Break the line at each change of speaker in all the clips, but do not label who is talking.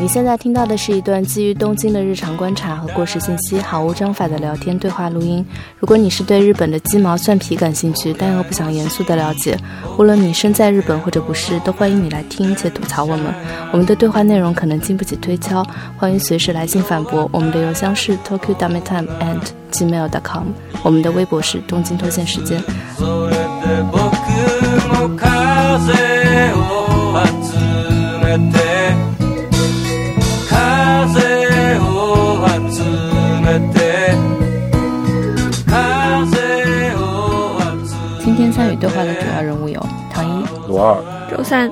你现在听到的是一段基于东京的日常观察和过时信息毫无章法的聊天对话录音。如果你是对日本的鸡毛蒜皮感兴趣，但又不想严肃的了解，无论你身在日本或者不是，都欢迎你来听且吐槽我们。我们的对话内容可能经不起推敲，欢迎随时来信反驳。我们的邮箱是 tokyo dummy time and gmail.com，我们的微博是东京脱线时间。
それで僕も風を集めて風を集めて風を集めて
今天参与对话的主要人物有唐一、
罗二，
周三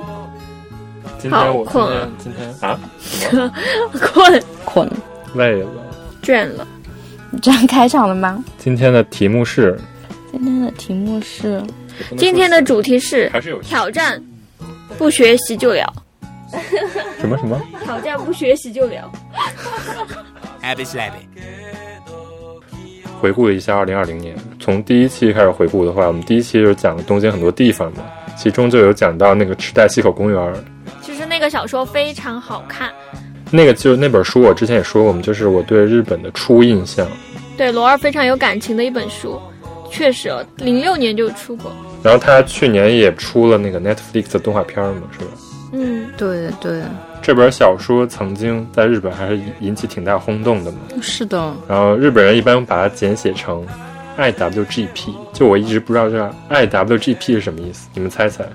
今
好
天我今
困
天
啊
今天
困
困。
累了。
倦了，
你这样开场了吗？
今天的题目是，
今天的题目是
今天的主题是
还是有
挑战，不学习就聊。
什么什么？
挑战不学习就聊。
回顾一下二零二零年，从第一期开始回顾的话，我们第一期就是讲了东京很多地方嘛，其中就有讲到那个池袋西口公园儿，
其实那个小说非常好看，
那个就是那本书，我之前也说过，我们就是我对日本的初印象。
对罗二非常有感情的一本书，确实零六年就出过。
然后他去年也出了那个 Netflix 的动画片儿嘛，是吧？
嗯，
对对，
这本小说曾经在日本还是引起挺大轰动的嘛。
是的，
然后日本人一般把它简写成 IWGP，就我一直不知道这 IWGP 是什么意思，你们猜猜？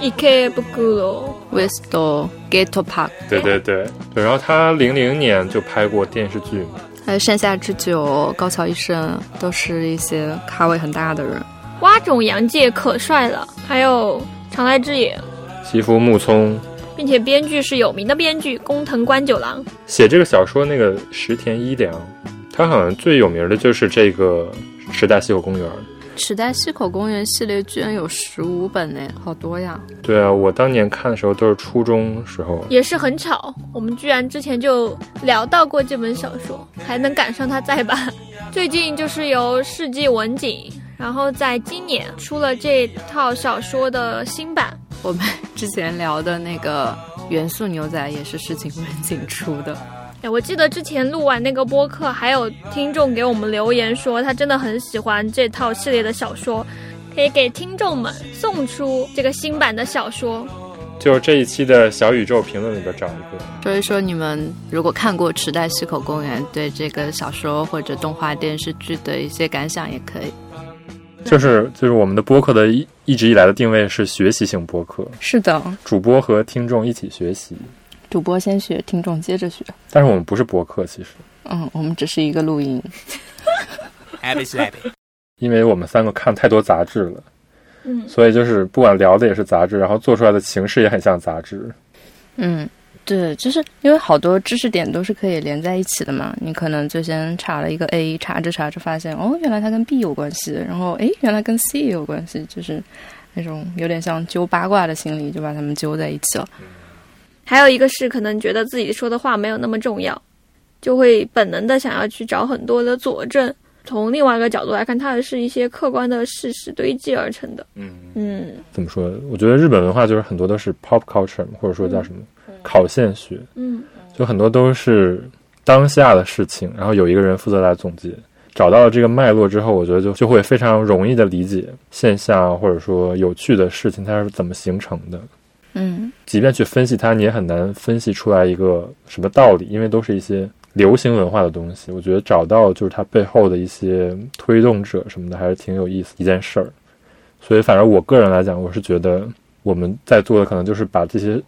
一 k 不咕噜，
West o Ghetto Park，
对对对对，然后他零零年就拍过电视剧嘛，
还有山下智久、高桥一生，都是一些咖位很大的人。
蛙种洋介可帅了，还有长濑智也，
西夫木聪
并且编剧是有名的编剧工藤官九郎。
写这个小说那个石田一良，他好像最有名的就是这个池袋西口公园。
池袋西口公园系列居然有十五本呢，好多呀！
对啊，我当年看的时候都是初中时候，
也是很巧，我们居然之前就聊到过这本小说，还能赶上它再版。 最近就是由世纪文景，然后在今年出了这套小说的新版。
我们之前聊的那个元素牛仔也是事情文景出的，
哎，我记得之前录完那个播客，还有听众给我们留言说，他真的很喜欢这套系列的小说，可以给听众们送出这个新版的小说。
就是这一期的小宇宙评论里边找一个。
所以说你们如果看过池袋西口公园，对这个小说或者动画电视剧的一些感想也可以。
就是就是我们的播客的一一直以来的定位是学习型播客，
是的，
主播和听众一起学习。
主播先学，听众接着学。
但是我们不是播客，其实，
嗯，我们只是一个录音。
因为我们三个看太多杂志了，
嗯，
所以就是不管聊的也是杂志，然后做出来的形式也很像杂志。
嗯，对，就是因为好多知识点都是可以连在一起的嘛。你可能最先查了一个 A，查着查着发现，哦，原来它跟 B 有关系，然后诶，原来跟 C 也有关系，就是那种有点像揪八卦的心理，就把它们揪在一起了。
还有一个是可能觉得自己说的话没有那么重要，就会本能的想要去找很多的佐证。从另外一个角度来看，它的是一些客观的事实堆积而成的。
嗯，
嗯
怎么说？我觉得日本文化就是很多都是 pop culture，嘛或者说叫什么考现学，
嗯，
就很多都是当下的事情，然后有一个人负责来总结。找到了这个脉络之后，我觉得就就会非常容易的理解现象啊或者说有趣的事情它是怎么形成的。
嗯，
即便去分析它，你也很难分析出来一个什么道理，因为都是一些流行文化的东西。我觉得找到就是它背后的一些推动者什么的，还是挺有意思一件事儿。所以，反正我个人来讲，我是觉得我们在做的可能就是把这些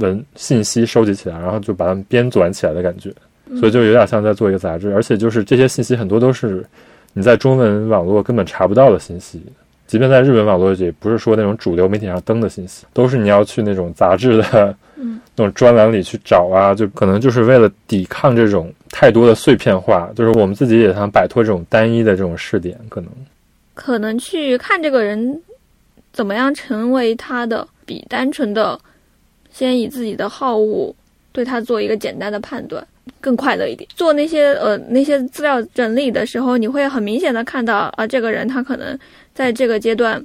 文信息收集起来，然后就把它们编纂起来的感觉，
嗯
所以就有点像在做一个杂志。而且就是这些信息很多都是你在中文网络根本查不到的信息，即便在日本网络也不是说那种主流媒体上登的信息，都是你要去那种杂志的
嗯
那种专栏里去找啊，就可能就是为了抵抗这种太多的碎片化，就是我们自己也想摆脱这种单一的这种试点，可能
可能去看这个人怎么样成为他的，比单纯的先以自己的好恶对他做一个简单的判断更快乐一点。做那些呃那些资料整理的时候，你会很明显的看到啊，这个人他可能在这个阶段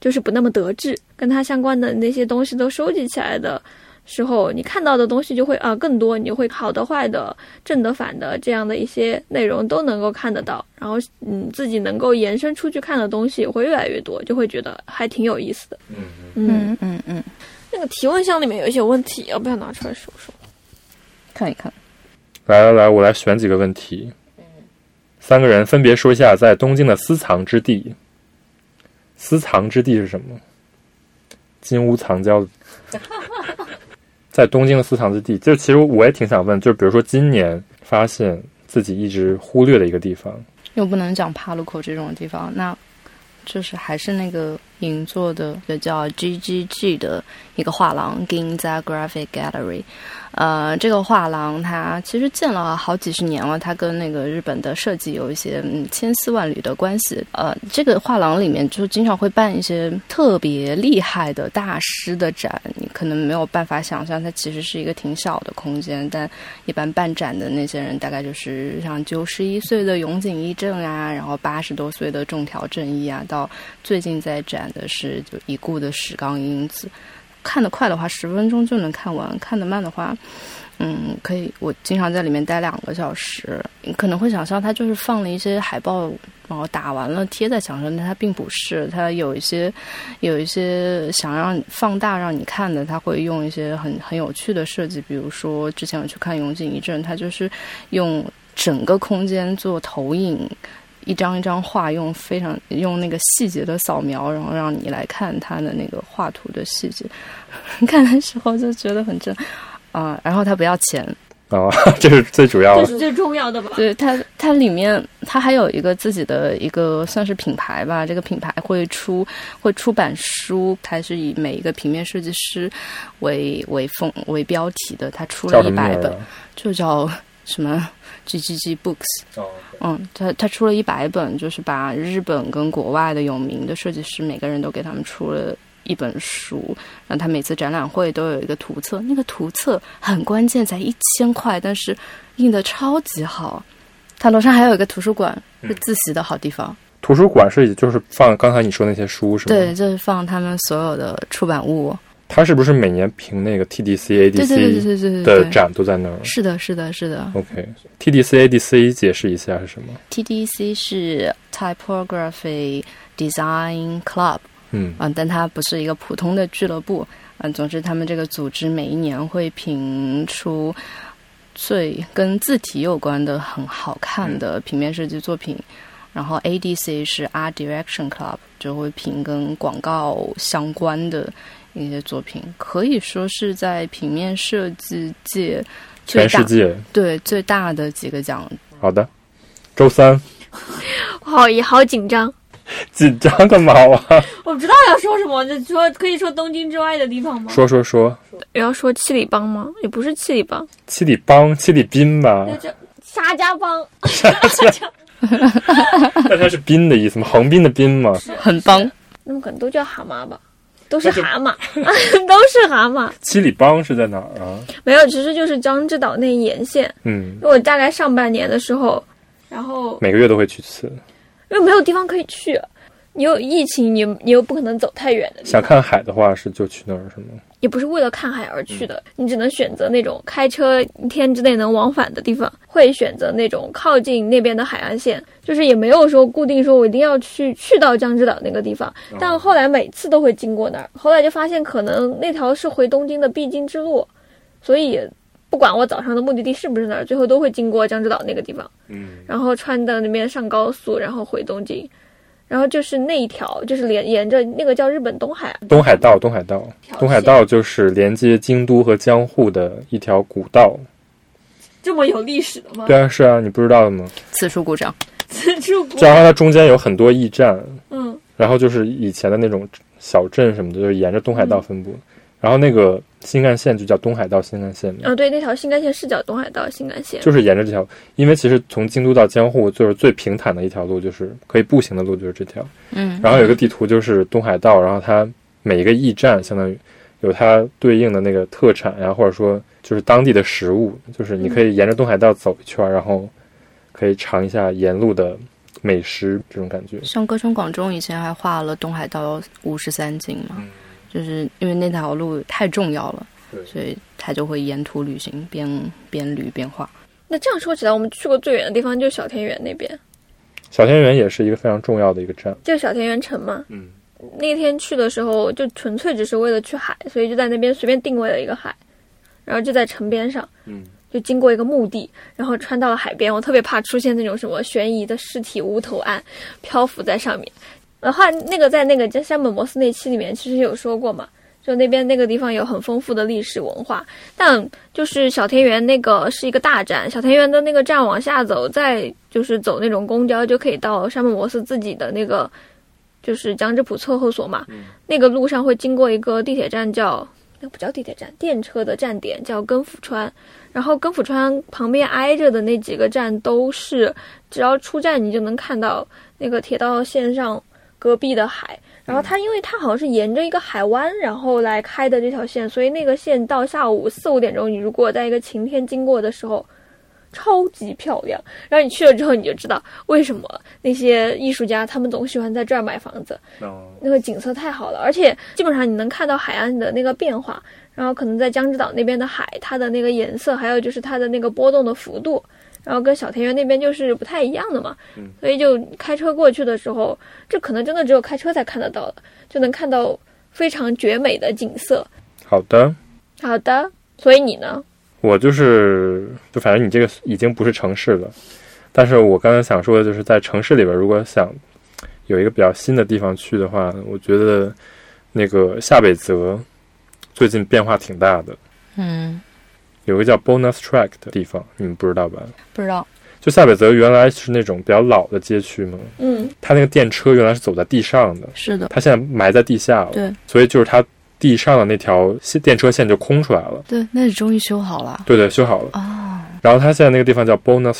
就是不那么得志，跟他相关的那些东西都收集起来的。时候，你看到的东西就会啊、更多，你会好的、坏的、正的、反的这样的一些内容都能够看得到，然后嗯自己能够延伸出去看的东西会越来越多，就会觉得还挺有意思的。
嗯
嗯，
嗯嗯嗯，
那个提问箱里面有一些问题，要不要拿出来说说？
看一看，
来来来，我来选几个问题。
嗯
三个人分别说一下在东京的私藏之地。私藏之地是什么？金屋藏娇。 在东京的私藏之地，就其实我也挺想问，就比如说今年发现自己一直忽略的一个地方，
又不能讲帕路口这种地方，那就是还是那个银座的，也叫 G G G 的一个画廊 Ginza Graphic Gallery。呃，这个画廊它其实建了好几十年了，它跟那个日本的设计有一些嗯千丝万缕的关系。呃，这个画廊里面就经常会办一些特别厉害的大师的展，你可能没有办法想象，它其实是一个挺小的空间，但一般办展的那些人大概就是像九十一岁的永井一正啊，然后八十多岁的中条正一啊，到最近在展的是就已故的石冈英子。看得快的话，十分钟就能看完；看得慢的话，嗯，可以。我经常在里面待两个小时，你可能会想象它就是放了一些海报，然后打完了贴在墙上，但它并不是。它有一些有一些想让放大让你看的，它会用一些很很有趣的设计，比如说之前我去看永井一正，他就是用整个空间做投影。一张一张画，用非常用那个细节的扫描，然后让你来看它的那个画图的细节。看的时候就觉得很正啊、然后它不要钱，
啊，这是最主要
这
的。
是最重要的吧？
对它，它里面它还有一个自己的一个算是品牌吧，这个品牌会出会出版书，它是以每一个平面设计师为为封为标题的，它出了
叫什
一
么
百
名儿
本
啊，？
就叫什么 G G G Books。
哦
嗯，他他出了一百本，就是把日本跟国外的有名的设计师，每个人都给他们出了一本书。然后他每次展览会都有一个图册，那个图册很关键，才一千块，但是印的超级好。他楼上还有一个图书馆，
嗯
是自习的好地方。
图书馆是就是放刚才你说那些书是吗？
对，，就是放他们所有的出版物。
它是不是每年评那个 TDC、
对对对对
ADC
对对
的
对对。
展都在那儿
是的，是的，是的。
？OK，TDC、ADC 解释一下是什么？
TDC 是 Typography Design Club，
嗯
嗯，但它不是一个普通的俱乐部。嗯，总之他们这个组织每一年会评出最跟字体有关的很好看
嗯
的平面设计作品。然后 ADC 是 Art Direction Club，就会评跟广告相关的一些作品，可以说是在平面设计界最
全世
大
界。
对最大的几个奖
好的，周三
好，也好紧张。紧
紧张个毛啊！
我不知道要说什么，就说可以说东京之外的地方吗？
说说说，
要说七里帮吗？也不是七里帮，
七里帮、七里滨吧
那，就沙家浜。
但它是滨的意思吗？横滨的滨吗？
很棒。
那么可能都叫蛤蟆吧，都是蛤蟆， 都是蛤蟆。
七里帮是在哪儿啊？
没有，其实就是江之岛那一沿线。
嗯，
我大概上半年的时候，然后
每个月都会去一次。
因为没有地方可以去，你有疫情，你你又不可能走太远的地
想
方，
看海的话是就去那儿是吗？
也不是为了看海而去的，你只能选择那种开车一天之内能往返的地方，会选择那种靠近那边的海岸线，就是也没有说固定说我一定要去去到江之岛那个地方，但后来每次都会经过那儿，后来就发现可能那条是回东京的必经之路，所以不管我早上的目的地是不是那儿，最后都会经过江之岛那个地方。
嗯，
然后穿到那边上高速，然后回东京，然后就是那一条，就是连沿着那个叫日本东海啊，
东海道，东海道，
条
东海道就是连接京都和江户的一条古道。
这么有历史的吗？
对啊，是啊，你不知道的吗？
此处鼓掌。
自助国，
然后它中间有很多驿站，
嗯，
然后就是以前的那种小镇什么的，就是沿着东海道分布。然后那个新干线就叫东海道新干线嘛，
啊，对，那条新干线是叫东海道新干线，
就是沿着这条，因为其实从京都到江户就是最平坦的一条路，就是可以步行的路就是这条。
嗯，
然后有个地图就是东海道，然后它每一个驿站相当于有它对应的那个特产呀，或者说就是当地的食物，就是你可以沿着东海道走一圈儿，然后可以尝一下沿路的美食，这种感觉。
像歌川广重以前还画了东海道五十三景嘛，就是因为那条路太重要了
对，
所以他就会沿途旅行，边边旅边画。
那这样说起来，我们去过最远的地方就是小田园那边，
小田园也是一个非常重要的一个站。
就是小田园城嘛。
嗯，
那天去的时候，就纯粹只是为了去海，所以就在那边随便定位了一个海，然后就在城边上，
嗯，
就经过一个墓地，然后穿到了海边。我特别怕出现那种什么悬疑的尸体无头案，漂浮在上面。然后那个在那个山本摩斯那期里面其实有说过嘛，就那边那个地方有很丰富的历史文化，但就是小田园那个是一个大站，小田园的那个站往下走，再就是走那种公交就可以到山本摩斯自己的那个就是江之浦测候所嘛，那个路上会经过一个地铁站叫，那不叫地铁站，电车的站点叫根府川，然后根府川旁边挨着的那几个站都是，只要出站你就能看到那个铁道线上隔壁的海。然后它，因为它好像是沿着一个海湾，然后来开的这条线，所以那个线到下午四五点钟，你如果在一个晴天经过的时候，超级漂亮。然后你去了之后，你就知道为什么那些艺术家他们总喜欢在这儿买房子，那个景色太好了，而且基本上你能看到海岸的那个变化，然后可能在江之岛那边的海，它的那个颜色，还有就是它的那个波动的幅度，然后跟小田园那边就是不太一样的嘛，所以就开车过去的时候，这可能真的只有开车才看得到了，就能看到非常绝美的景色。
好的，
好的，所以你呢？
我就是就反正你这个已经不是城市了，但是我刚才想说的就是在城市里边，如果想有一个比较新的地方去的话，我觉得那个下北泽最近变化挺大的，
嗯，
有一个叫 Bonus Track 的地方，你们不知道吧？
不知道，
就下北泽原来是那种比较老的街区嘛，
嗯，
它那个电车原来是走在地上的，
是的，
它现在埋在地下了，
对
所以就是它地上的那条线电车线就空出来了。
对，那里终于修好了
对对，修好了。
啊，
然后它现在那个地方叫 Bonus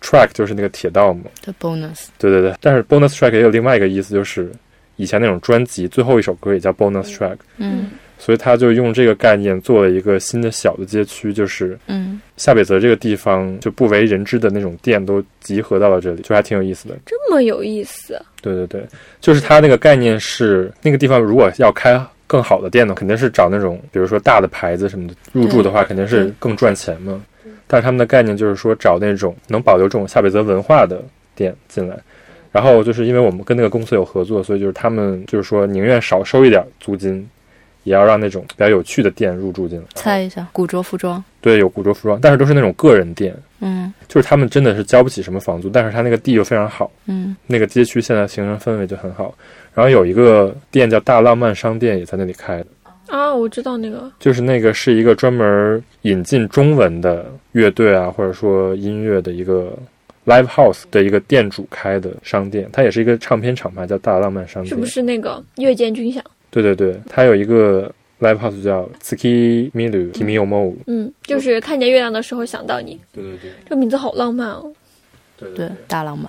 Track，Track 就是那个铁道嘛。
的 bonus
对对对，但是 Bonus Track 也有另外一个意思，就是以前那种专辑最后一首歌也叫 Bonus Track，
嗯。
所以他就用这个概念做了一个新的小的街区，就是
嗯，
下北泽这个地方就不为人知的那种店都集合到了这里，就还挺有意思的。
这么有意思，
对对对，就是它那个概念是那个地方如果要开更好的店呢，肯定是找那种比如说大的牌子什么的入驻的话，肯定是更赚钱嘛。但是他们的概念就是说找那种能保留这种下北泽文化的店进来。然后就是因为我们跟那个公司有合作，所以就是他们就是说宁愿少收一点租金，也要让那种比较有趣的店入驻进来。
猜一下，古着服装，
对，有古着服装，但是都是那种个人店，
嗯
就是他们真的是交不起什么房租，但是他那个地又非常好。
嗯
那个街区现在形成氛围就很好。然后有一个店叫大浪漫商店，也在那里开的，
啊，我知道那个，
就是那个是一个专门引进中文的乐队啊，或者说音乐的一个 live house 的一个店主开的商店，它也是一个唱片厂牌，叫大浪漫商
是
店
不。是那个月见军饷？
对对对，它有一个 live house 叫 Ski Milu Kimi Omo。
嗯，就是看见月亮的时候想到你，
对对对
这名字好浪漫哦。
对
对，大浪漫，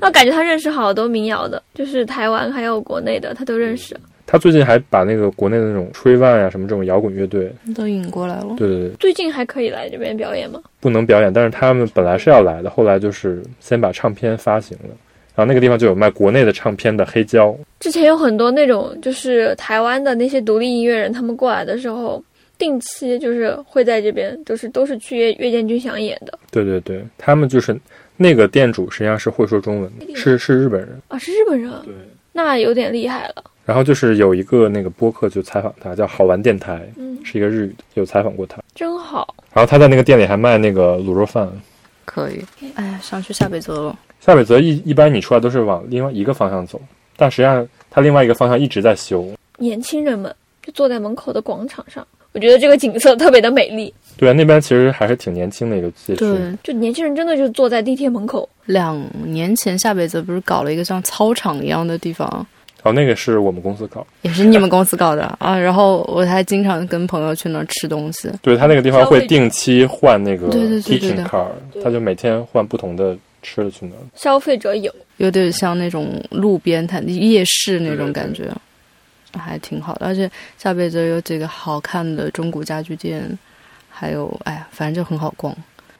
我感觉他认识好多民谣的，就是台湾还有国内的，他都认识。
他最近还把那个国内的那种吹万啊什么这种摇滚乐队，
都引过来了。
对对对，
最近还可以来这边表演吗？
不能表演，但是他们本来是要来的，后来就是先把唱片发行了，然后那个地方就有卖国内的唱片的黑胶，
之前有很多那种就是台湾的那些独立音乐人，他们过来的时候，定期就是会在这边，就是都是去月月见军饷演的
对对对，他们就是那个店主实际上是会说中文的，是是日本人，
啊，是日本人啊，
对。
那有点厉害了。
然后就是有一个那个播客就采访他，叫好玩电台，
嗯，
是一个日语的，有采访过他。
真好。
然后他在那个店里还卖那个卤肉饭。
可以，哎呀，想去下北泽了。
下北泽一一般你出来都是往另外一个方向走，但实际上他另外一个方向一直在修。
年轻人们就坐在门口的广场上，我觉得这个景色特别的美丽。
对啊，那边其实还是挺年轻的一个街区。
对，
就年轻人真的就坐在地铁门口，
两年前下北泽不是搞了一个像操场一样的地方，
哦，那个是我们公司搞。
也是你们公司搞的啊。然后我还经常跟朋友去那儿吃东西。
对他那个地方
消
会
费
定期换那个
对对对对
teaching
对
card，他就每天换不同的吃的去那儿。
消费者有。
有点像那种路边摊、夜市那种感觉，还挺好的。而且下辈子有几个好看的中古家具店，还有哎呀，反正就很好逛。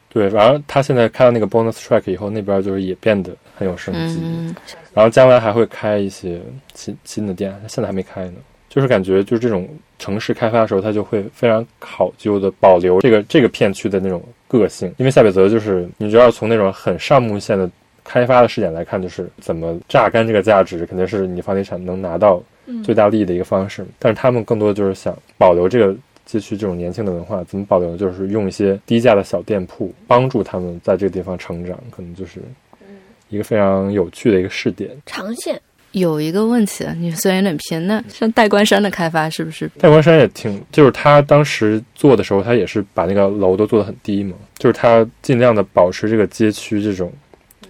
对，然后他现在开了那个 bonus track 以后，那边就是也变得很有生机。
嗯，
然后将来还会开一些新新的店，现在还没开呢。就就是感觉就是这种城市开发的时候，它就会非常考究的保留这个这个片区的那种个性，因为夏北泽就是你知道从那种很上木线的开发的视点来看，就是怎么榨干这个价值，肯定是你房地产能拿到最大利益的一个方式。但是他们更多就是想保留这个街区这种年轻的文化，怎么保留呢？就是用一些低价的小店铺帮助他们在这个地方成长，可能就是一个非常有趣的一个试点。
长线
有一个问题，你虽然有点偏，那像代官山的开发是不是
戴冠山也挺，就是他当时做的时候，他也是把那个楼都做得很低嘛，就是他尽量的保持这个街区这种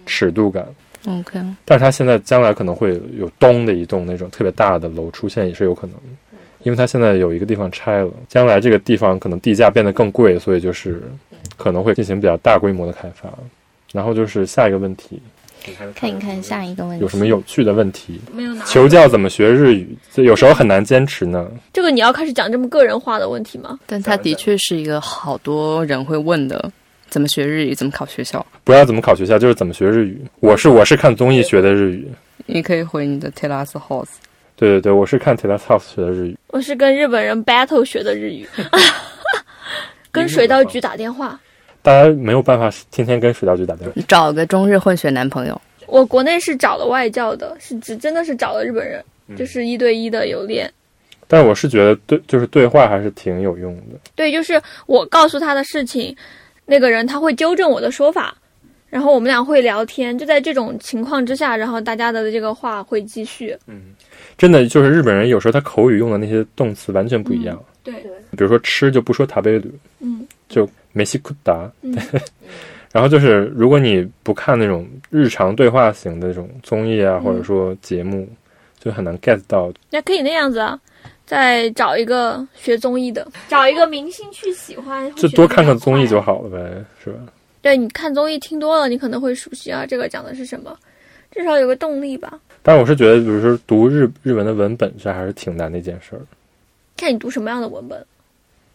尺度感。
OK？
但是他现在将来可能会有东的一栋那种特别大的楼出现，也是有可能的，因为他现在有一个地方拆了，将来这个地方可能地价变得更贵，所以就是可能会进行比较大规模的开发。然后就是下一个问题，
看一看下一个问题
有什么有趣的问题？
没有拿到
求教怎么学日语？这有时候很难坚持呢。
这个你要开始讲这么个人化的问题吗？
但它的确是一个好多人会问的，怎么学日语，怎么考学校？
不要怎么考学校，就是怎么学日语。我是我是看综艺学的日语，
你可以回你的 Terrace House。
对对对，我是看 Terrace House 学的日语。
我是跟日本人 battle 学的日语， 跟水稻局打电话。
大家没有办法天天跟水道局打电话，
你找个中日混血男朋友，
我国内是找了外教的，是指真的是找了日本人，
嗯
就是一对一的有练。
但我是觉得对，就是对话还是挺有用的。
对，就是我告诉他的事情，那个人他会纠正我的说法，然后我们俩会聊天。就在这种情况之下，然后大家的这个话会继续。
真的就是日本人有时候他口语用的那些动词完全不一样，
嗯对，
比如说吃就不说食べる，
嗯，
就没西库达。 然后就是如果你不看那种日常对话型的那种综艺
嗯
啊，或者说节目，就很难 get 到。
那可以那样子啊。再找一个学综艺的，找一个明星去喜欢，
就多看看综艺就好了呗，是吧？
对，你看综艺听多了，你可能会熟悉啊，这个讲的是什么，至少有个动力吧。
但我是觉得，比如说读日日文的文本，这还是挺难的一件事儿。
看你读什么样的文本，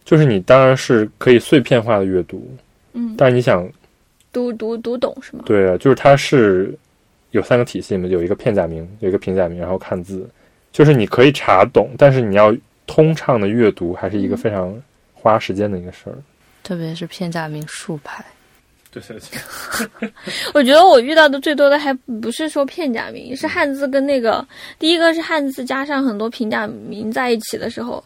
就是你当然是可以碎片化的阅读，
嗯，
但是你想，
读读读懂是吗？
对啊，就是它是有三个体系嘛，有一个片假名，有一个平假名，然后汉字，就是你可以查懂，但是你要通畅的阅读，还是一个非常花时间的一个事儿。
特别是片假名竖排，
对对对，
我觉得我遇到的最多的还不是说片假名，是汉字跟那个第一个是汉字加上很多平假名在一起的时候，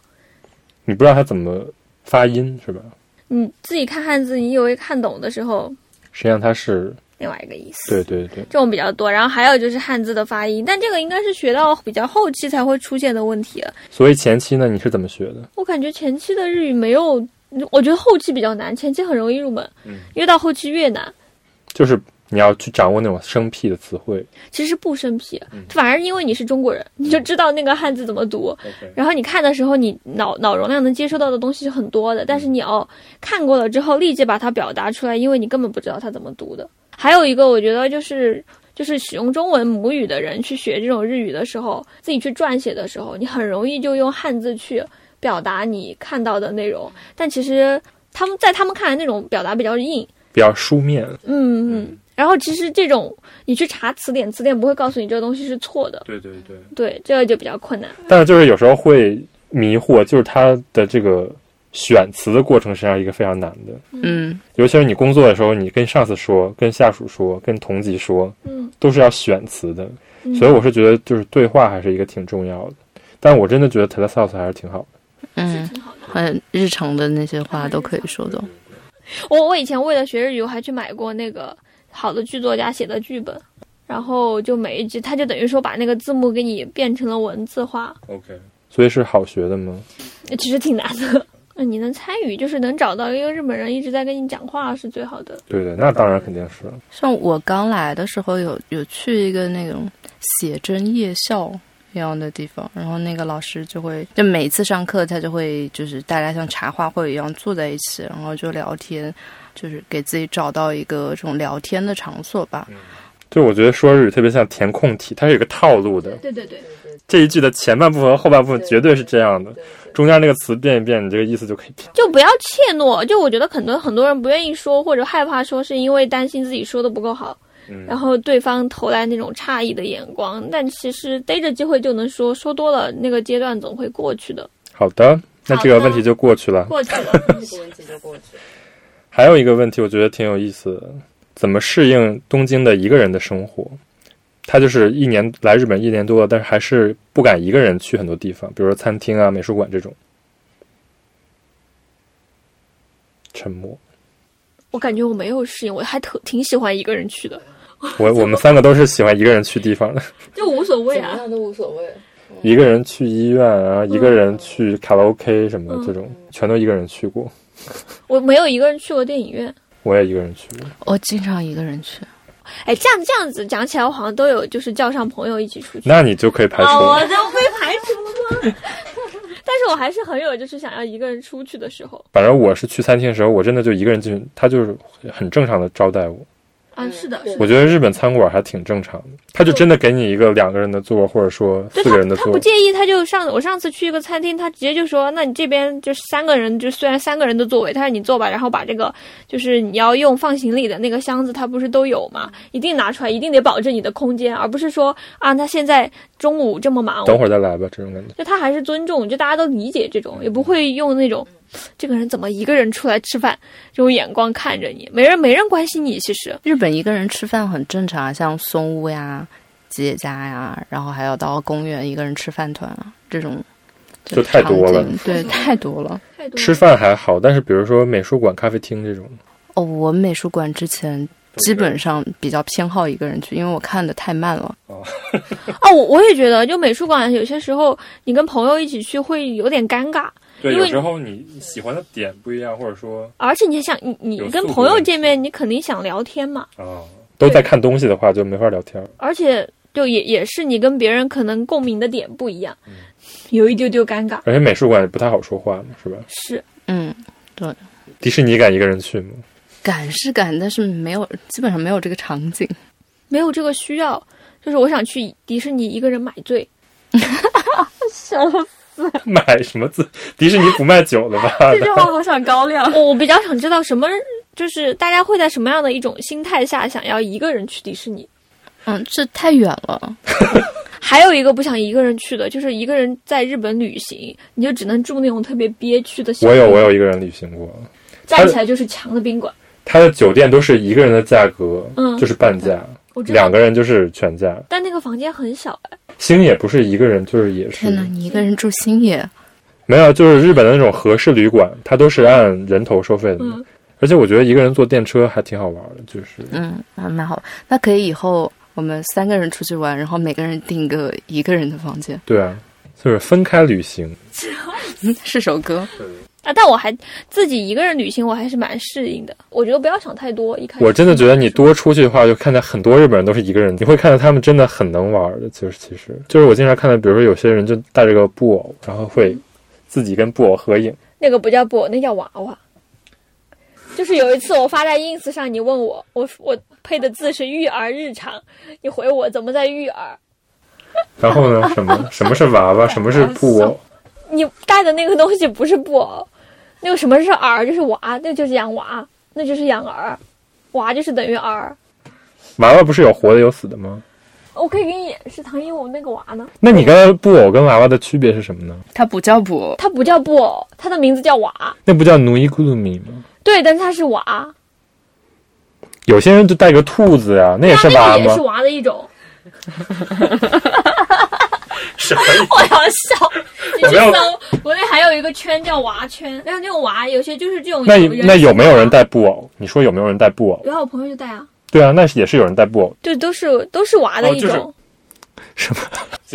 你不知道它怎么发音是吧？
你自己看汉字，你以为看懂的时候，
实际上它是，
另外一个意思。
对对对，
这种比较多，然后还有就是汉字的发音，但这个应该是学到比较后期才会出现的问题了。
所以前期呢，你是怎么学的？
我感觉前期的日语没有，我觉得后期比较难，前期很容易入门，越到后期越难。
就是你要去掌握那种生僻的词汇。
其实不生僻，反而因为你是中国人，你就知道那个汉字怎么读。然后你看的时候，你脑脑容量能接收到的东西是很多的，但是你要看过了之后，立即把它表达出来，因为你根本不知道它怎么读的。还有一个，我觉得就是就是使用中文母语的人去学这种日语的时候，自己去撰写的时候，你很容易就用汉字去表达你看到的内容，但其实他们在他们看来那种表达比较硬，
比较书面，
嗯嗯。然后其实这种你去查词典，词典不会告诉你这个东西是错的，
对对对，
对，这个就比较困难。
但是就是有时候会迷惑，就是它的这个选词的过程实际上是一个非常难的，
嗯，
尤其是你工作的时候，你跟上司说、跟下属说、跟同级说，
嗯，
都是要选词的。所以我是觉得就是对话还是一个挺重要的，但我真的觉得 Terrace House 还是挺好的。
嗯，很日常的那些话都可以说的。
我我以前为了学日语，我还去买过那个好的剧作家写的剧本，然后就每一集，他就等于说把那个字幕给你变成了文字化，
OK，所以是好学的吗？
其实挺难的。嗯，你能参与，就是能找到一个日本人一直在跟你讲话是最好的。
对对，那当然肯定是。
像我刚来的时候有，有去一个那种写真夜校一样的地方，然后那个老师就会，就每次上课他就会就是大家像茶话会一样坐在一起，然后就聊天，就是给自己找到一个这种聊天的场所吧。
就我觉得说日语特别像填空题，它是有个套路的。
对对对，
这一句的前半部分和后半部分绝对是这样的，中间那个词变一变，你这个意思就可以变。
就不要怯懦。就我觉得很多很多人不愿意说或者害怕说，是因为担心自己说的不够好。
嗯
然后对方投来那种诧异的眼光，但其实逮着机会就能说，说多了那个阶段总会过去的，
好的，那
好
这个
的
问题就过去了。
过去了。
这个问题就过去了。
还有一个问题，我觉得挺有意思的，怎么适应东京的一个人的生活？他就是一年来日本一年多了，但是还是不敢一个人去很多地方，比如说餐厅啊、美术馆这种。沉默。
我感觉我没有适应，我还特挺喜欢一个人去的，
我我们三个都是喜欢一个人去地方的，
就无所谓
怎么
啊。
样都无所谓。
一个人去医院
嗯
啊，一个人去卡拉 OK 什么的，这种全都一个人去过。
我没有一个人去过电影院。
我也一个人去过，
我经常一个人去，
哎，这样这样子讲起来，我好像都有就是叫上朋友一起出去。
那你就可以排除
哦，我
了。
都被排除了。 但是我还是很有就是想要一个人出去的时候
反正我是去餐厅的时候，我真的就一个人进去，他就是很正常的招待我。
啊，
嗯
是的，
对
是的
我觉得日本餐馆还挺正常的，他就真的给你一个两个人的座，或者说
对
四个人的
他他不
座。
介意，他就上我上次去一个餐厅，他直接就说，那你这边就三个人，就虽然三个人的座位，但是你坐吧，然后把这个就是你要用放行李的那个箱子，它不是都有嘛，一定拿出来，一定得保证你的空间，而不是说啊，那现在中午这么忙，
等会儿再来吧，这种感觉。
就他还是尊重，就大家都理解这种，也不会用那种这个人怎么一个人出来吃饭这种眼光看着你，没人没人关心你。其实
日本一个人吃饭很正常啊，像松屋呀、吉野家呀，然后还有到公园一个人吃饭团啊，这种
就太多
这种
了
场景 对，太多了。
吃饭还好，但是比如说美术馆、咖啡厅这种，
哦，我美术馆之前基本上比较偏好一个人去，因为我看的太慢了。
哦，我我也觉得，就美术馆有些时候你跟朋友一起去会有点尴尬，
对
因为有时
候你喜欢的点不一样，或者说
而且你想你你
有
跟
速度
朋友
问题
见面，你肯定想聊天嘛，
啊，都在看东西的话就没法聊天。
而且就也也是你跟别人可能共鸣的点不一
嗯
样，有一丢丢尴尬。
而且美术馆也不太好说话嘛，是吧？
是
嗯，
迪士尼敢一个人去吗？
赶是赶，但是没有，基本上没有这个场景。
没有这个需要，就是我想去迪士尼一个人买醉。笑死！
买什么字？迪士尼不卖酒的吧？
话好想高亮。
我我比较想知道什么，就是大家会在什么样的一种心态下想要一个人去迪士尼？
嗯，这太远了。
还有一个不想一个人去的，就是一个人在日本旅行，你就只能住那种特别憋屈的小。
我有我，有一个人旅行过，
站起来就是墙的宾馆。
他的酒店都是一个人的价格，
嗯
就是半价，
我知道
两个人就是全价。
但那个房间很小哎，
星野不是一个人，就是也是
天哪，你一个人住星野，
没有，就是日本的那种合适旅馆，它都是按人头收费的。
嗯
而且我觉得一个人坐电车还挺好玩的，就是
嗯，还蛮好。那可以以后我们三个人出去玩，然后每个人订一个一个人的房间。
对啊，就是分开旅行。
嗯，是首歌。
啊！但我还自己一个人旅行，我还是蛮适应的。我觉得不要想太多，一开始
我真的觉得你多出去的话，就看到很多日本人都是一个人，你会看到他们真的很能玩的。就是其实就是我经常看到，比如说有些人就带着个布偶，然后会自己跟布偶合影。
那个不叫布偶，那叫娃娃。就是有一次我发在 ins 上，你问我，我我配的字是育儿日常，你回我怎么在育儿？
然后呢，什么什么是娃娃，什么是布偶？
你带的那个东西不是布偶，那个什么是儿，就是娃，那就是养娃，那就是养儿，娃就是等于儿。
娃娃不是有活的有死的吗？
我可以给你演示唐一我那个娃呢，
那你刚才布偶跟娃娃的区别是什么呢？
它不叫补，
它不叫布偶，它的名字叫娃，
那不叫奴伊咕噜米吗？
对，但它是娃，
有些人就带个兔子呀、那也是
它那
娃
个也是
吗？
娃的一种。
什么？
我要笑，你
我
去
没有
搜，国内还有一个圈叫娃圈，但是那种娃有些就是这种
那
人
那有没有人带布偶？你说有没有人带布偶？
然后我朋友就带啊，
对啊，那是也是有人带布偶，
对，都是都是娃的一种，
哦就是是吗？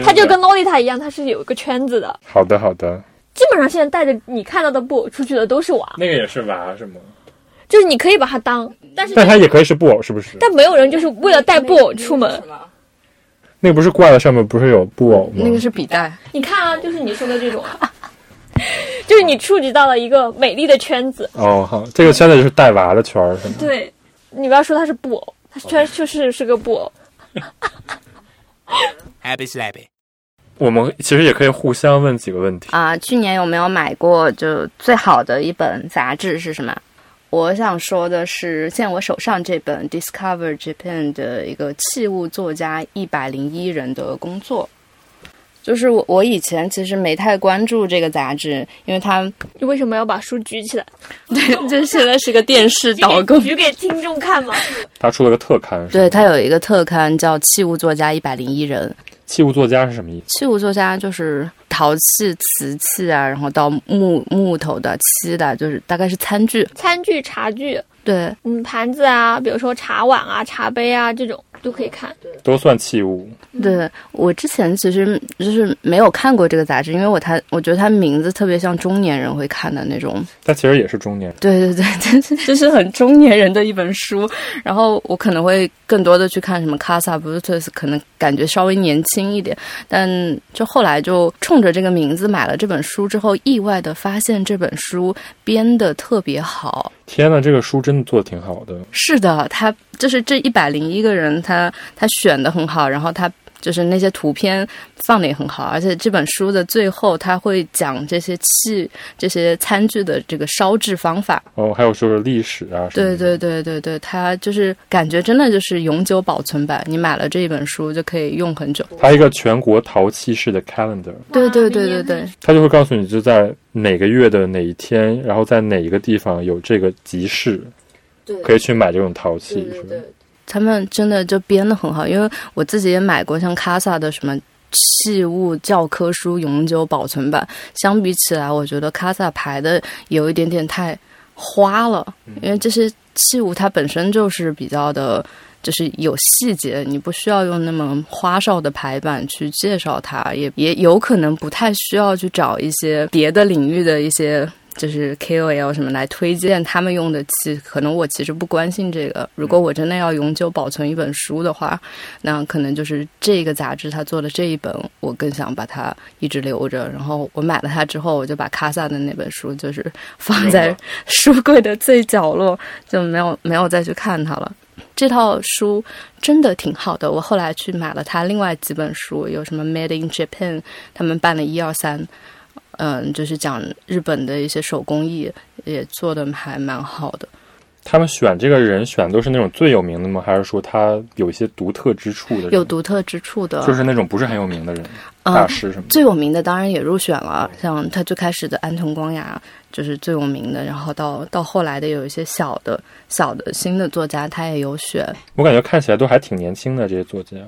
它就跟洛丽塔一样，它是有一个圈子的。
好的好的，
基本上现在带着你看到的布偶出去的都是娃，
那个也是娃是吗？
就是你可以把它当，但是
但它也可以是布偶，是不是？
但没有人就是为了带布偶出门。
那个不是挂在上面不是有布偶吗？
那个是笔袋。
你看啊，就是你说的这种 啊，就是你触及到了一个美丽的圈子。
哦好，这个圈子就是带娃的圈儿是吗？
对，你不要说它是布偶，它圈就是是个布偶。
Happy slappy.
我们其实也可以互相
啊
问几个问题。
啊、去年有没有买过就最好的一本杂志是什么？我想说的是，现在我手上这本《Discover Japan》的一个器物作家一百零一人的工作，就是我我以前其实没太关注这个杂志，因为它
你为什么要把书举起来？
对，这现在是个电视
举
导
给
购。
举给听众看嘛。
他出了个特刊，是吗
对，它有一个特刊叫《器物作家一百零一人》，
器物作家是什么意思？
器物作家就是陶器、瓷器啊，然后到木木头的、漆的，就是大概是餐具。
餐具、茶具，
对，
嗯，盘子啊，比如说茶碗啊、茶杯啊这种都可以看。
都算器物。
对我之前其实就是没有看过这个杂志，因为我它我觉得它名字特别像中年人会看的那种。
但其实也是中年人。
对对对， 就是就是很中年人的一本书。然后我可能会更多的去看什么 Casa Brutus，可能感觉稍微年轻一点。但就后来就冲着这个名字买了这本书之后，意外的发现这本书编的特别好。
天呐，这个书真的做的挺好的。
是的，他就是这一百零一个人，他他选的很好，然后他就是那些图片放的也很好，而且这本书的最后他会讲这些器、这些餐具的这个烧制方法。
哦，还有就是历史啊什么
对
的。
对对对对，他就是感觉真的就是永久保存版，你买了这一本书就可以用很久。
它一个全国陶器式的 calendar，
对对对
明
对
年
对
开。
它就会告诉你就在哪个月的哪一天，然后在哪一个地方有这个集市，
对
可以去买这种陶器，是吧？
他们真的就编的很好，因为我自己也买过像 Casa 的什么器物教科书永久保存版，相比起来，我觉得 Casa 排的有一点点太花了，因为这些器物它本身就是比较的。就是有细节，你不需要用那么花哨的排版去介绍它，也也有可能不太需要去找一些别的领域的一些就是 KOL 什么来推荐他们用的器，可能我其实不关心这个。如果我真的要永久保存一本书的话，那可能就是这个杂志它做的这一本，我更想把它一直留着。然后我买了它之后，我就把卡萨的那本书就是放
明
在
白
书柜的最角落，就没有没有再去看它了。这套书真的挺好的，我后来去买了它另外几本书，有什么《Made in Japan》，他们办了一二三，嗯，就是讲日本的一些手工艺，也做的还蛮好的。
他们选这个人选的都是那种最有名的吗？还是说他有一些独特之处的人？
有独特之处的，
就是那种不是很有名的人，
嗯
大师什么的。
最有名的当然也入选了，像他最开始的安藤光雅就是最有名的，然后到到后来的有一些小的小的新的作家，他也有选。
我感觉看起来都还挺年轻的这些作家。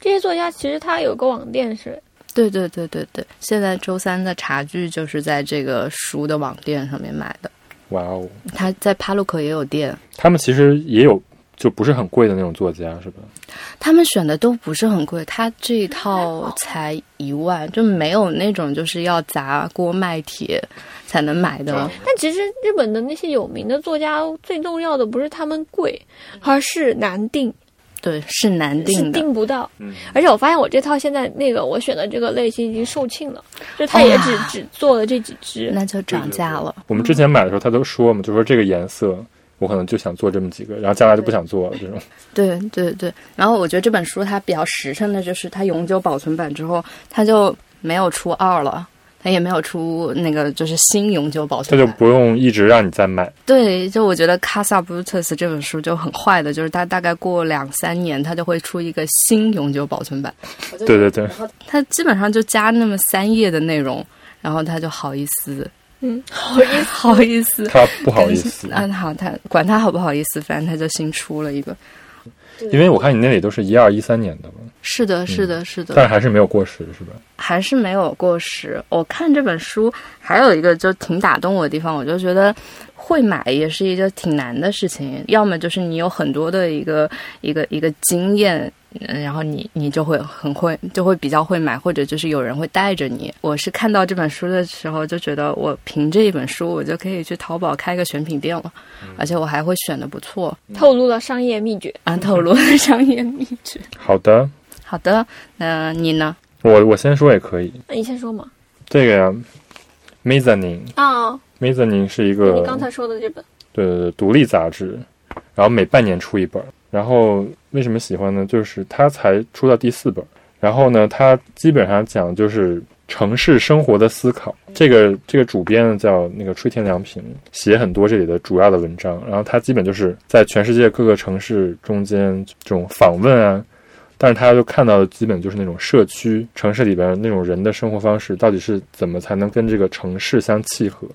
这些作家其实他有个网店是，
对对对对对，现在周三的茶具就是在这个书的网店上面买的，
哇哦，
他在帕路口也有店。
他们其实也有就不是很贵的那种作家，是吧？
他们选的都不是很贵，他这一套才一万，就没有那种就是要砸锅卖铁才能买的。
但其实日本的那些有名的作家，最重要的不是他们贵，而是难定，
对，是难
是
嗯定的。
定不到。
嗯，
而且我发现我这套现在那个我选的这个类型已经售罄了，就他也
哦
只、只做了这几只。
那就涨价了，
我们之前买的时候，他都说嘛，就说这个颜色，我可能就想做这么几个，然后将来就不想做了。这种
对对对。然后我觉得这本书它比较实诚的就是，它永久保存版之后，它就没有出二了，它也没有出那个就是新永久保
他
存
就
版。
不用一直让你再买。
对，就我觉得《卡萨布鲁特斯》这本书就很坏的，就是它大概过两三年，它就会出一个新永久保存版。
对对对，
他基本上就加那么三页的内容，然后他就好意思，
嗯，
好意思， 好意思，
他不好意思，
啊
嗯，好，他管他好不好意思，反正他就新出了一个。
因为我看你那里都是一二一三年的嘛，
是的，是的，是的，
但是还是没有过时，是吧？
还是没有过时。我看这本书还有一个就挺打动我的地方，我就觉得会买也是一个挺难的事情，要么就是你有很多的一个一个一个经验。嗯然后你你就会很会，就会比较会买，或者就是有人会带着你。我是看到这本书的时候，就觉得我凭这一本书，我就可以去淘宝开个选品店了，而且我还会选的不错。
透露了商业秘诀。
啊，透露了嗯 商业秘诀。
好的，
好的，那你呢？
我我先说也可以。
那你先说嘛。
这个呀，Mezzanine，Mezzanine
啊、
哦
是一
就
个
你刚才说的这本，
对对对，独立杂志，然后每半年出一本儿。然后为什么喜欢呢？就是它才出到第四本儿，然后呢，它基本上讲就是城市生活的思考。这个这个主编呢叫那个吹田良平，写很多这里的主要的文章。然后他基本就是在全世界各个城市中间这种访问啊，但是他就看到的基本就是那种社区城市里边那种人的生活方式，到底是怎么才能跟这个城市相契合，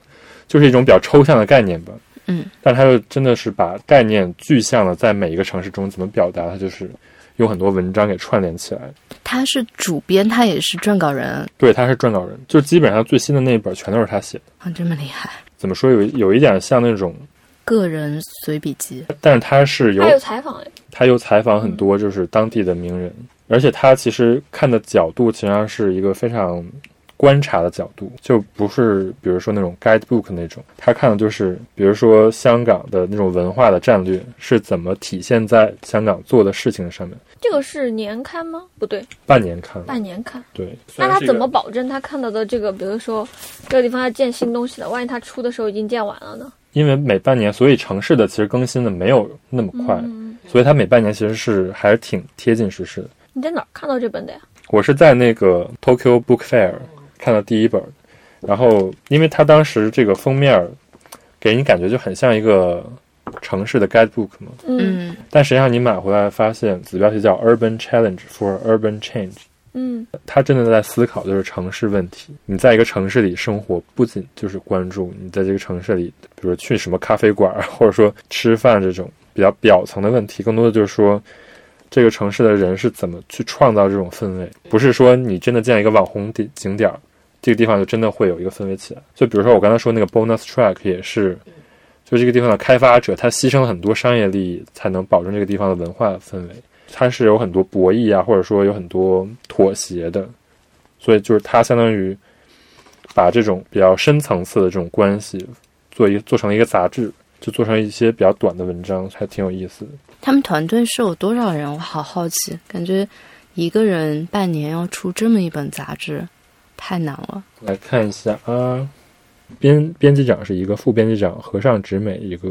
就是一种比较抽象的概念吧。
嗯，
但他就真的是把概念具象的在每一个城市中怎么表达，他就是用很多文章给串联起来。
他是主编，他也是撰稿人，
对，他是撰稿人，就基本上最新的那一本全都是他写的。
啊，这么厉害！
怎么说有有一点像那种，
个人随笔集，
但是他是有
还有采访哎，
他又采访很多就是当地的名人，而且他其实看的角度其实上是一个非常观察的角度，就不是比如说那种 guidebook 那种，他看的就是比如说香港的那种文化的战略是怎么体现在香港做的事情上面。
这个是年刊吗？不对，
半年看，
半年刊。
对，虽
那他
然是一个
怎么保证他看到的这个，比如说这个地方要建新东西了，万一他出的时候已经建完了呢？
因为每半年，所以城市的其实更新的没有那么快，
嗯，
所以它每半年其实是还是挺贴近时事的。
你在哪儿看到这本的呀？
我是在那个 Tokyo Book Fair 看到第一本，然后因为它当时这个封面儿给你感觉就很像一个城市的 guidebook 嘛，
嗯，
但实际上你买回来发现子标题叫 Urban Challenge for Urban Change，
嗯，
他真的在思考就是城市问题。你在一个城市里生活，不仅就是关注你在这个城市里，比如去什么咖啡馆，或者说吃饭这种比较表层的问题，更多的就是说。这个城市的人是怎么去创造这种氛围？不是说你真的建一个网红地景点儿，这个地方就真的会有一个氛围起来。就比如说我刚才说那个 bonus track 也是，就这个地方的开发者他牺牲了很多商业利益，才能保证这个地方的文化氛围。它是有很多博弈啊，或者说有很多妥协的，所以就是它相当于把这种比较深层次的这种关系做一做成了一个杂志，就做成一些比较短的文章，还挺有意思的。
他们团队是有多少人？我好好奇，感觉一个人半年要出这么一本杂志，太难了。
来看一下啊，编编辑长是一个，副编辑长和尚直美一个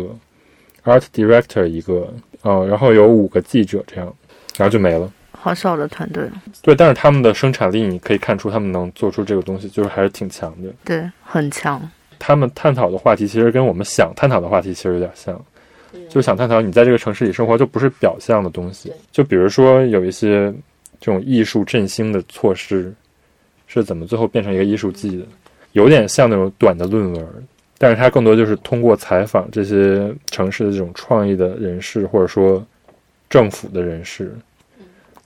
，art director 一个，哦，然后有五个记者这样，然后就没了。
好少的团队，
对，但是他们的生产力，你可以看出他们能做出这个东西，就是还是挺强的。
对，很强。
他们探讨的话题其实跟我们想探讨的话题其实有点像，就是想探讨你在这个城市里生活，就不是表象的东西。就比如说有一些这种艺术振兴的措施，是怎么最后变成一个艺术季的，有点像那种短的论文，但是它更多就是通过采访这些城市的这种创意的人士，或者说政府的人士，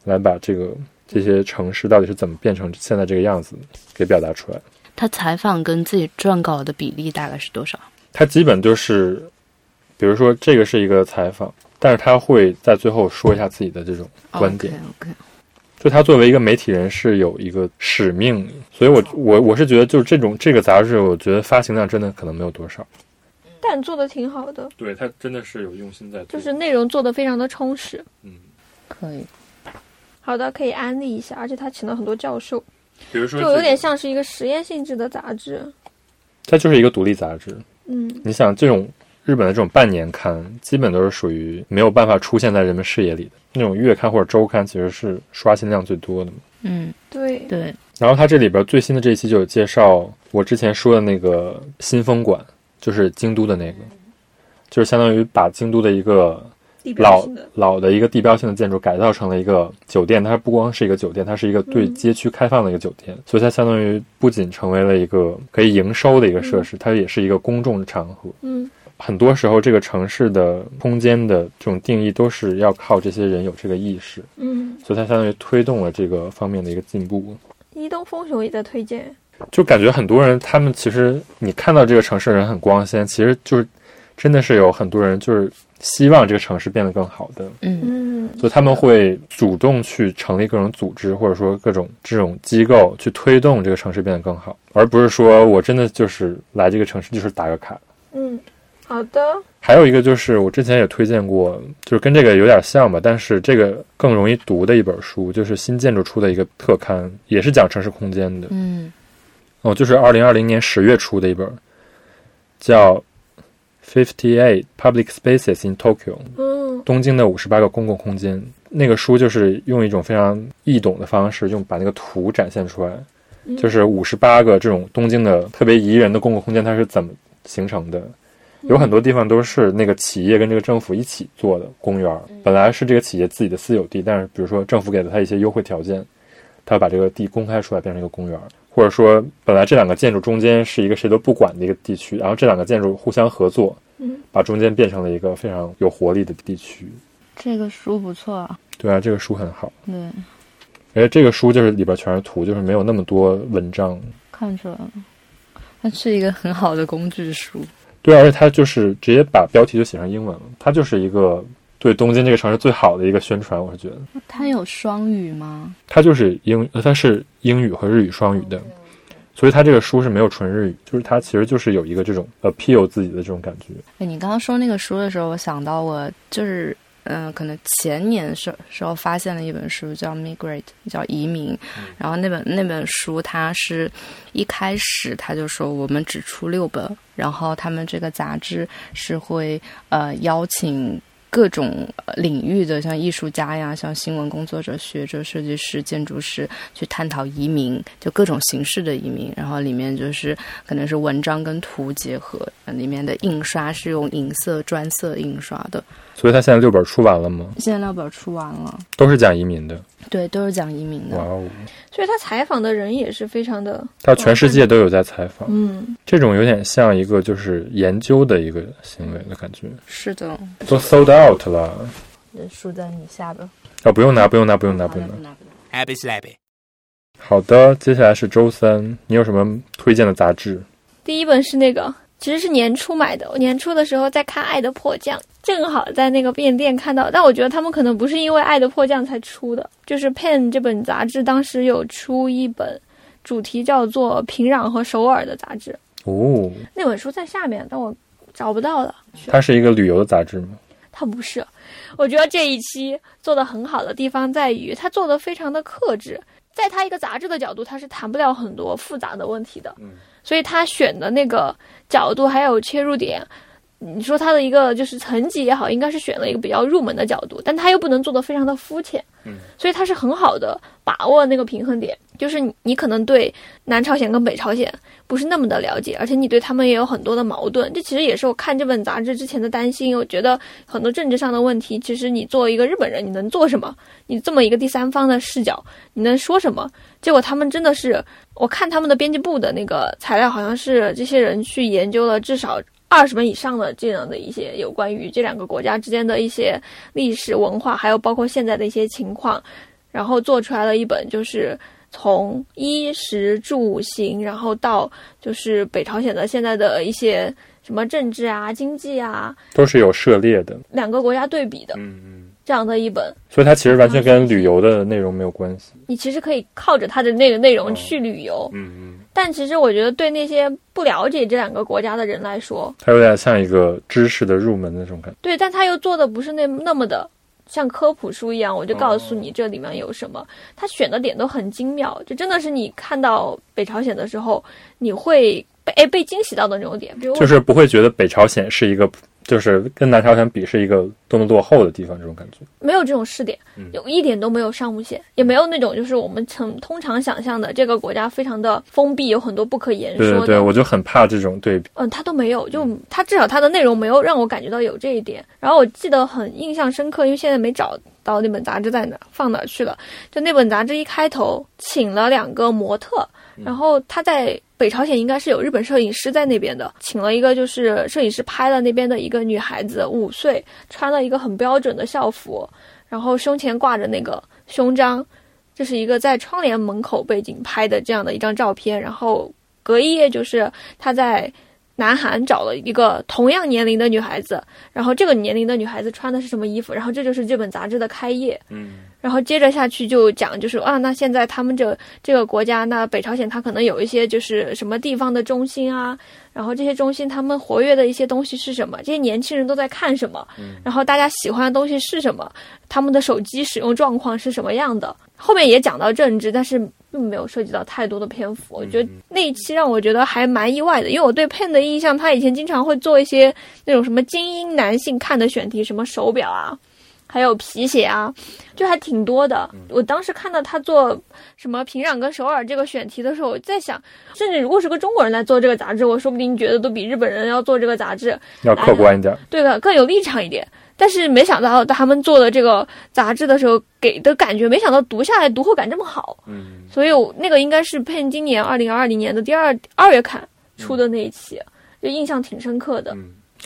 来把这个这些城市到底是怎么变成现在这个样子给表达出来。
他采访跟自己撰稿的比例大概是多少？
他基本就是，比如说这个是一个采访，但是他会在最后说一下自己的这种
哦
观点。
OK，,
就他作为一个媒体人是有一个使命，所以我我我是觉得就是这种这个杂志，我觉得发行量真的可能没有多少。
但做的挺好的，
对他真的是有用心在做
就是内容做的非常的充实。
嗯，
可以。
好的，可以安利一下，而且他请了很多教授，
比如说
就有点像是一个实验性质的杂志。
它就是一个独立杂志。
嗯，
你想这种日本的这种半年刊，基本都是属于没有办法出现在人们视野里的那种月刊或者周刊，其实是刷新量最多的嘛。
嗯，
对，
对，
然后它这里边最新的这一期就有介绍我之前说的那个新风馆，就是京都的那个，就是相当于把京都的一个
地标
老
性的，
老的一个地标性的建筑改造成了一个酒店。它不光是一个酒店，它是一个对街区开放的一个酒店，所以它相当于不仅成为了一个可以营收的一个设施，它也是一个公众场合。
嗯，
很多时候，这个城市的空间的这种定义都是要靠这些人有这个意识，
嗯，
所以它相当于推动了这个方面的一个进步。
伊东丰雄也在推荐，
就感觉很多人，他们其实你看到这个城市的人很光鲜，其实就是真的是有很多人就是希望这个城市变得更好的，
嗯，
嗯，
所以他们会主动去成立各种组织，或者说各种这种机构去推动这个城市变得更好，而不是说我真的就是来这个城市就是打个卡。
嗯，好的，
还有一个就是我之前也推荐过，就是跟这个有点像吧，但是这个更容易读的一本书，就是新建筑出的一个特刊，也是讲城市空间的。
嗯，
哦，就是二零二零年十月出的一本，叫《Fifty Eight Public Spaces in Tokyo》
嗯，
东京的五十八个公共空间。那个书就是用一种非常易懂的方式，用把那个图展现出来，就是五十八个这种东京的特别宜人的公共空间，它是怎么形成的？有很多地方都是那个企业跟这个政府一起做的公园儿，本来是这个企业自己的私有地，但是比如说政府给了他一些优惠条件，他把这个地公开出来变成一个公园儿，或者说本来这两个建筑中间是一个谁都不管的一个地区，然后这两个建筑互相合作
嗯，
把中间变成了一个非常有活力的地区。
这个书不错啊，
对啊，这个书很好，
对，
而且这个书就是里边全是图，就是没有那么多文章。
看出来了，它是一个很好的工具书。
对，而且它就是直接把标题就写上英文了，它就是一个对东京这个城市最好的一个宣传，我是觉得。
它有双语吗？
它就是英，呃它是英语和日语双语的，所以它这个书是没有纯日语，就是它其实就是有一个这种 appeal 自己的这种感觉。
哎，你刚刚说那个书的时候，我想到我就是，嗯、可能前年时时候发现了一本书叫《Migrate》，叫移民。然后那本那本书，它是一开始他就说我们只出六本，然后他们这个杂志是会呃邀请。各种呃领域的，像艺术家呀，像新闻工作者、学者、设计师、建筑师，去探讨移民，就各种形式的移民。然后里面就是可能是文章跟图结合，呃里面的印刷是用银色专色印刷的。
所以它现在六本出完了吗？
现在那本啊出完了，
都是讲移民的，
对，都是讲移民
哇
的。
哦！
所以他采访的人也是非常的，
它全
哦
世界都有在采访，
嗯，
这种有点像一个就是研究的一个行为的感觉，
是的，
都 sold out 了
书在 你下边，
啊！不用拿，不用拿，不用拿，不
好
用
的
拿。
拿不拿
Happy slappy.
好的，接下来是周三，你有什么推荐的杂志？
第一本是那个，其实是年初买的，我年初的时候在看《爱的迫降》，正好在那个便利店看到，但我觉得他们可能不是因为《爱的迫降》才出的，就是《Pen》这本杂志当时有出一本主题叫做《平壤和首尔》的杂志，
哦，
那本书在下面，但我找不到了。
它是一个旅游的杂志吗？
它不是。我觉得这一期做的很好的地方在于，它做的非常的克制，在它一个杂志的角度，它是谈不了很多复杂的问题的。所以他选的那个角度还有切入点，你说他的一个就是层级也好，应该是选了一个比较入门的角度，但他又不能做的非常的肤浅。
嗯，
所以他是很好的把握那个平衡点，就是你你可能对南朝鲜跟北朝鲜不是那么的了解，而且你对他们也有很多的矛盾。这其实也是我看这本杂志之前的担心。我觉得很多政治上的问题，其实你作为一个日本人，你能做什么？你这么一个第三方的视角，你能说什么？结果他们真的是，我看他们的编辑部的那个材料，好像是这些人去研究了至少。二十本以上的这样的一些有关于这两个国家之间的一些历史文化，还有包括现在的一些情况，然后做出来了一本，就是从衣食住行，然后到就是北朝鲜的现在的一些什么政治啊、经济啊，
都是有涉猎的。
两个国家对比的
嗯嗯。
这样的一本，
所以它其实完全跟旅游的内容没有关系。
你其实可以靠着它的那个内容
嗯
去旅游。
嗯嗯，
但其实我觉得对那些不了解这两个国家的人来说，
它有点像一个知识的入门的那种感觉。
对，但他又做的不是那那么的像科普书一样，我就告诉你这里面有什么。他选的点都很精妙，就真的是你看到北朝鲜的时候，你会被哎被惊喜到的那种点。比如我
就是不会觉得北朝鲜是一个，就是跟南朝鲜比是一个多么落后的地方这种感觉。
没有这种试点，
嗯
有一点都没有上目线，也没有那种就是我们常通常想象的这个国家非常的封闭，有很多不可言
对
说
对
的。
对，我就很怕这种对比。
嗯，他都没有，就他至少他的内容没有让我感觉到有这一点。然后我记得很印象深刻，因为现在没找到那本杂志在哪放哪去了。就那本杂志一开头请了两个模特，然后他在北朝鲜应该是有日本摄影师在那边的，请了一个就是摄影师拍了那边的一个女孩子，五岁，穿了一个很标准的校服，然后胸前挂着那个胸章，这是一个在窗帘门口背景拍的这样的一张照片。然后隔一页就是他在南韩找了一个同样年龄的女孩子，然后这个年龄的女孩子穿的是什么衣服，然后这就是这本杂志的开页。
嗯，
然后接着下去就讲，就是啊，那现在他们这这个国家，那北朝鲜它可能有一些就是什么地方的中心啊，然后这些中心他们活跃的一些东西是什么，这些年轻人都在看什么，然后大家喜欢的东西是什么，他们的手机使用状况是什么样的。后面也讲到政治，但是并没有涉及到太多的篇幅。我觉得那一期让我觉得还蛮意外的，因为我对 Pen 的印象，他以前经常会做一些那种什么精英男性看的选题，什么手表啊，还有皮鞋啊，就还挺多的。我当时看到他做什么平壤跟首尔这个选题的时候，我在想，甚至如果是个中国人来做这个杂志，我说不定觉得都比日本人要做这个杂志
要客观一点。
对的更有立场一点。但是没想到他们做的这个杂志的时候给的感觉，没想到读下来读后感这么好。
嗯，
所以我那个应该是佩今年二零二零年的第二二月刊出的那一期，就印象挺深刻
嗯
的。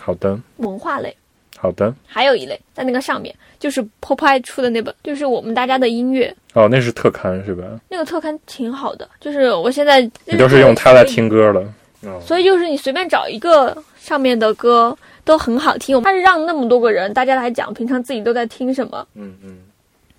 好的，
文化类
好的。
还有一类在那个上面，就是 Popeye 出的那本，就是我们大家的音乐
哦，那是特刊是吧？
那个特刊挺好的，就是我现在
你都是用它来，听歌了。哦，
所以就是你随便找一个上面的歌都很好听。它是让那么多个人大家来讲平常自己都在听什么，
嗯嗯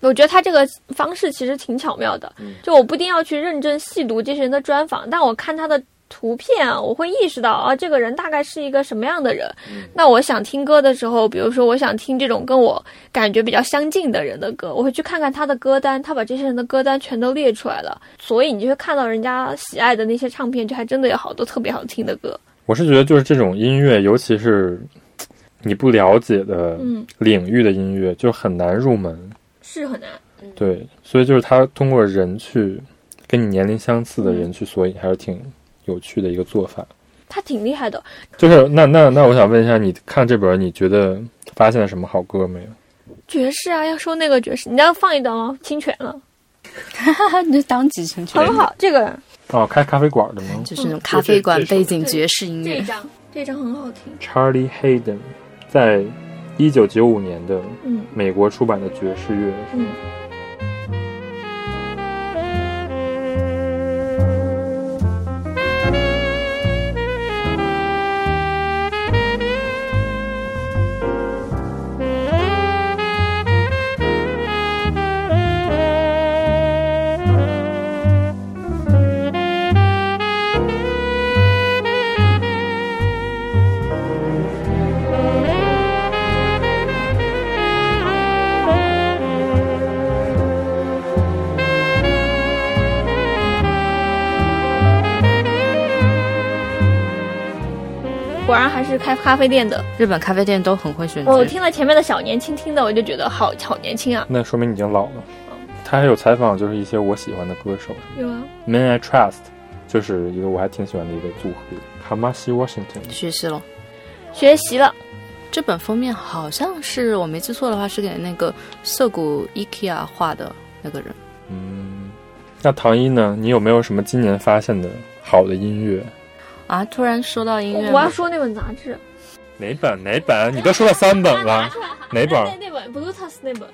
我觉得他这个方式其实挺巧妙的
嗯，
就我不一定要去认真细读这些人的专访，但我看他的图片啊，我会意识到啊，这个人大概是一个什么样的人。那我想听歌的时候，比如说我想听这种跟我感觉比较相近的人的歌，我会去看看他的歌单，他把这些人的歌单全都列出来了，所以你就会看到人家喜爱的那些唱片，就还真的有好多特别好听的歌。
我是觉得就是这种音乐，尤其是嘖你不了解的
嗯，
领域的音乐，就很难入门。
是很难。
对，所以就是它通过人去跟你年龄相似
嗯
的人去索引，还是挺有趣的一个做法。
他挺厉害的，
就是那那那，我想问一下，你看这本，你觉得发现了什么好歌没有？
爵士啊，要说那个爵士，你要放一段吗？侵权了，
你就当即成全
很，好，这个
哦，开咖啡馆的吗
就是那种咖啡馆背景爵士音
这一
乐，
张，这一张很好听。
？Charlie Hayden 在一九九五年的
嗯
美国出版的爵士乐，
嗯，果然还是开咖啡店的。
日本咖啡店都很会
嗯
选
哦我
角。
听了前面的小年轻听的，我就觉得好好年轻啊。
那说明你已经老了。他还有采访，就是一些我喜欢的歌手
有啊，
，Men I Trust，就是一个我还挺喜欢的一个组合，Kamashi Washington。
学习了，
学习了。
这本封面好像是我没记错的话，是给那个涩谷 IKEA 画的那个人。
嗯，那唐一呢？你有没有什么今年发现的好的音乐？
啊，突然说到音
我
乐
我要
吗，
说那本杂志，啊
哪本哪本？你都说了三本 了， 哪
那
本？
那本 Bluetooth 那本，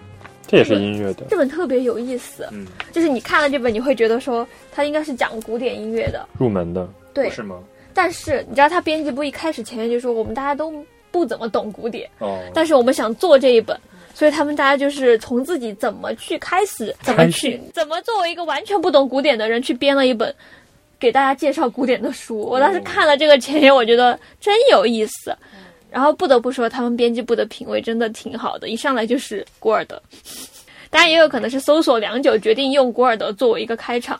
这也是音乐的。
这本特别有意思。
嗯，
就是你看了这本，你会觉得说它应该是讲古典音乐的，
入门的，
对。
吗？
但是你知道，他编辑部一开始前面就说我们大家都不怎么懂古典，
哦，
但是我们想做这一本，所以他们大家就是从自己怎么去开始，怎么去，怎么作为一个完全不懂古典的人去编了一本给大家介绍古典的书。我当时看了这个前言，我觉得真有意思。然后不得不说，他们编辑部的品味真的挺好的，一上来就是古尔德。当然也有可能是搜索良久，决定用古尔德作为一个开场，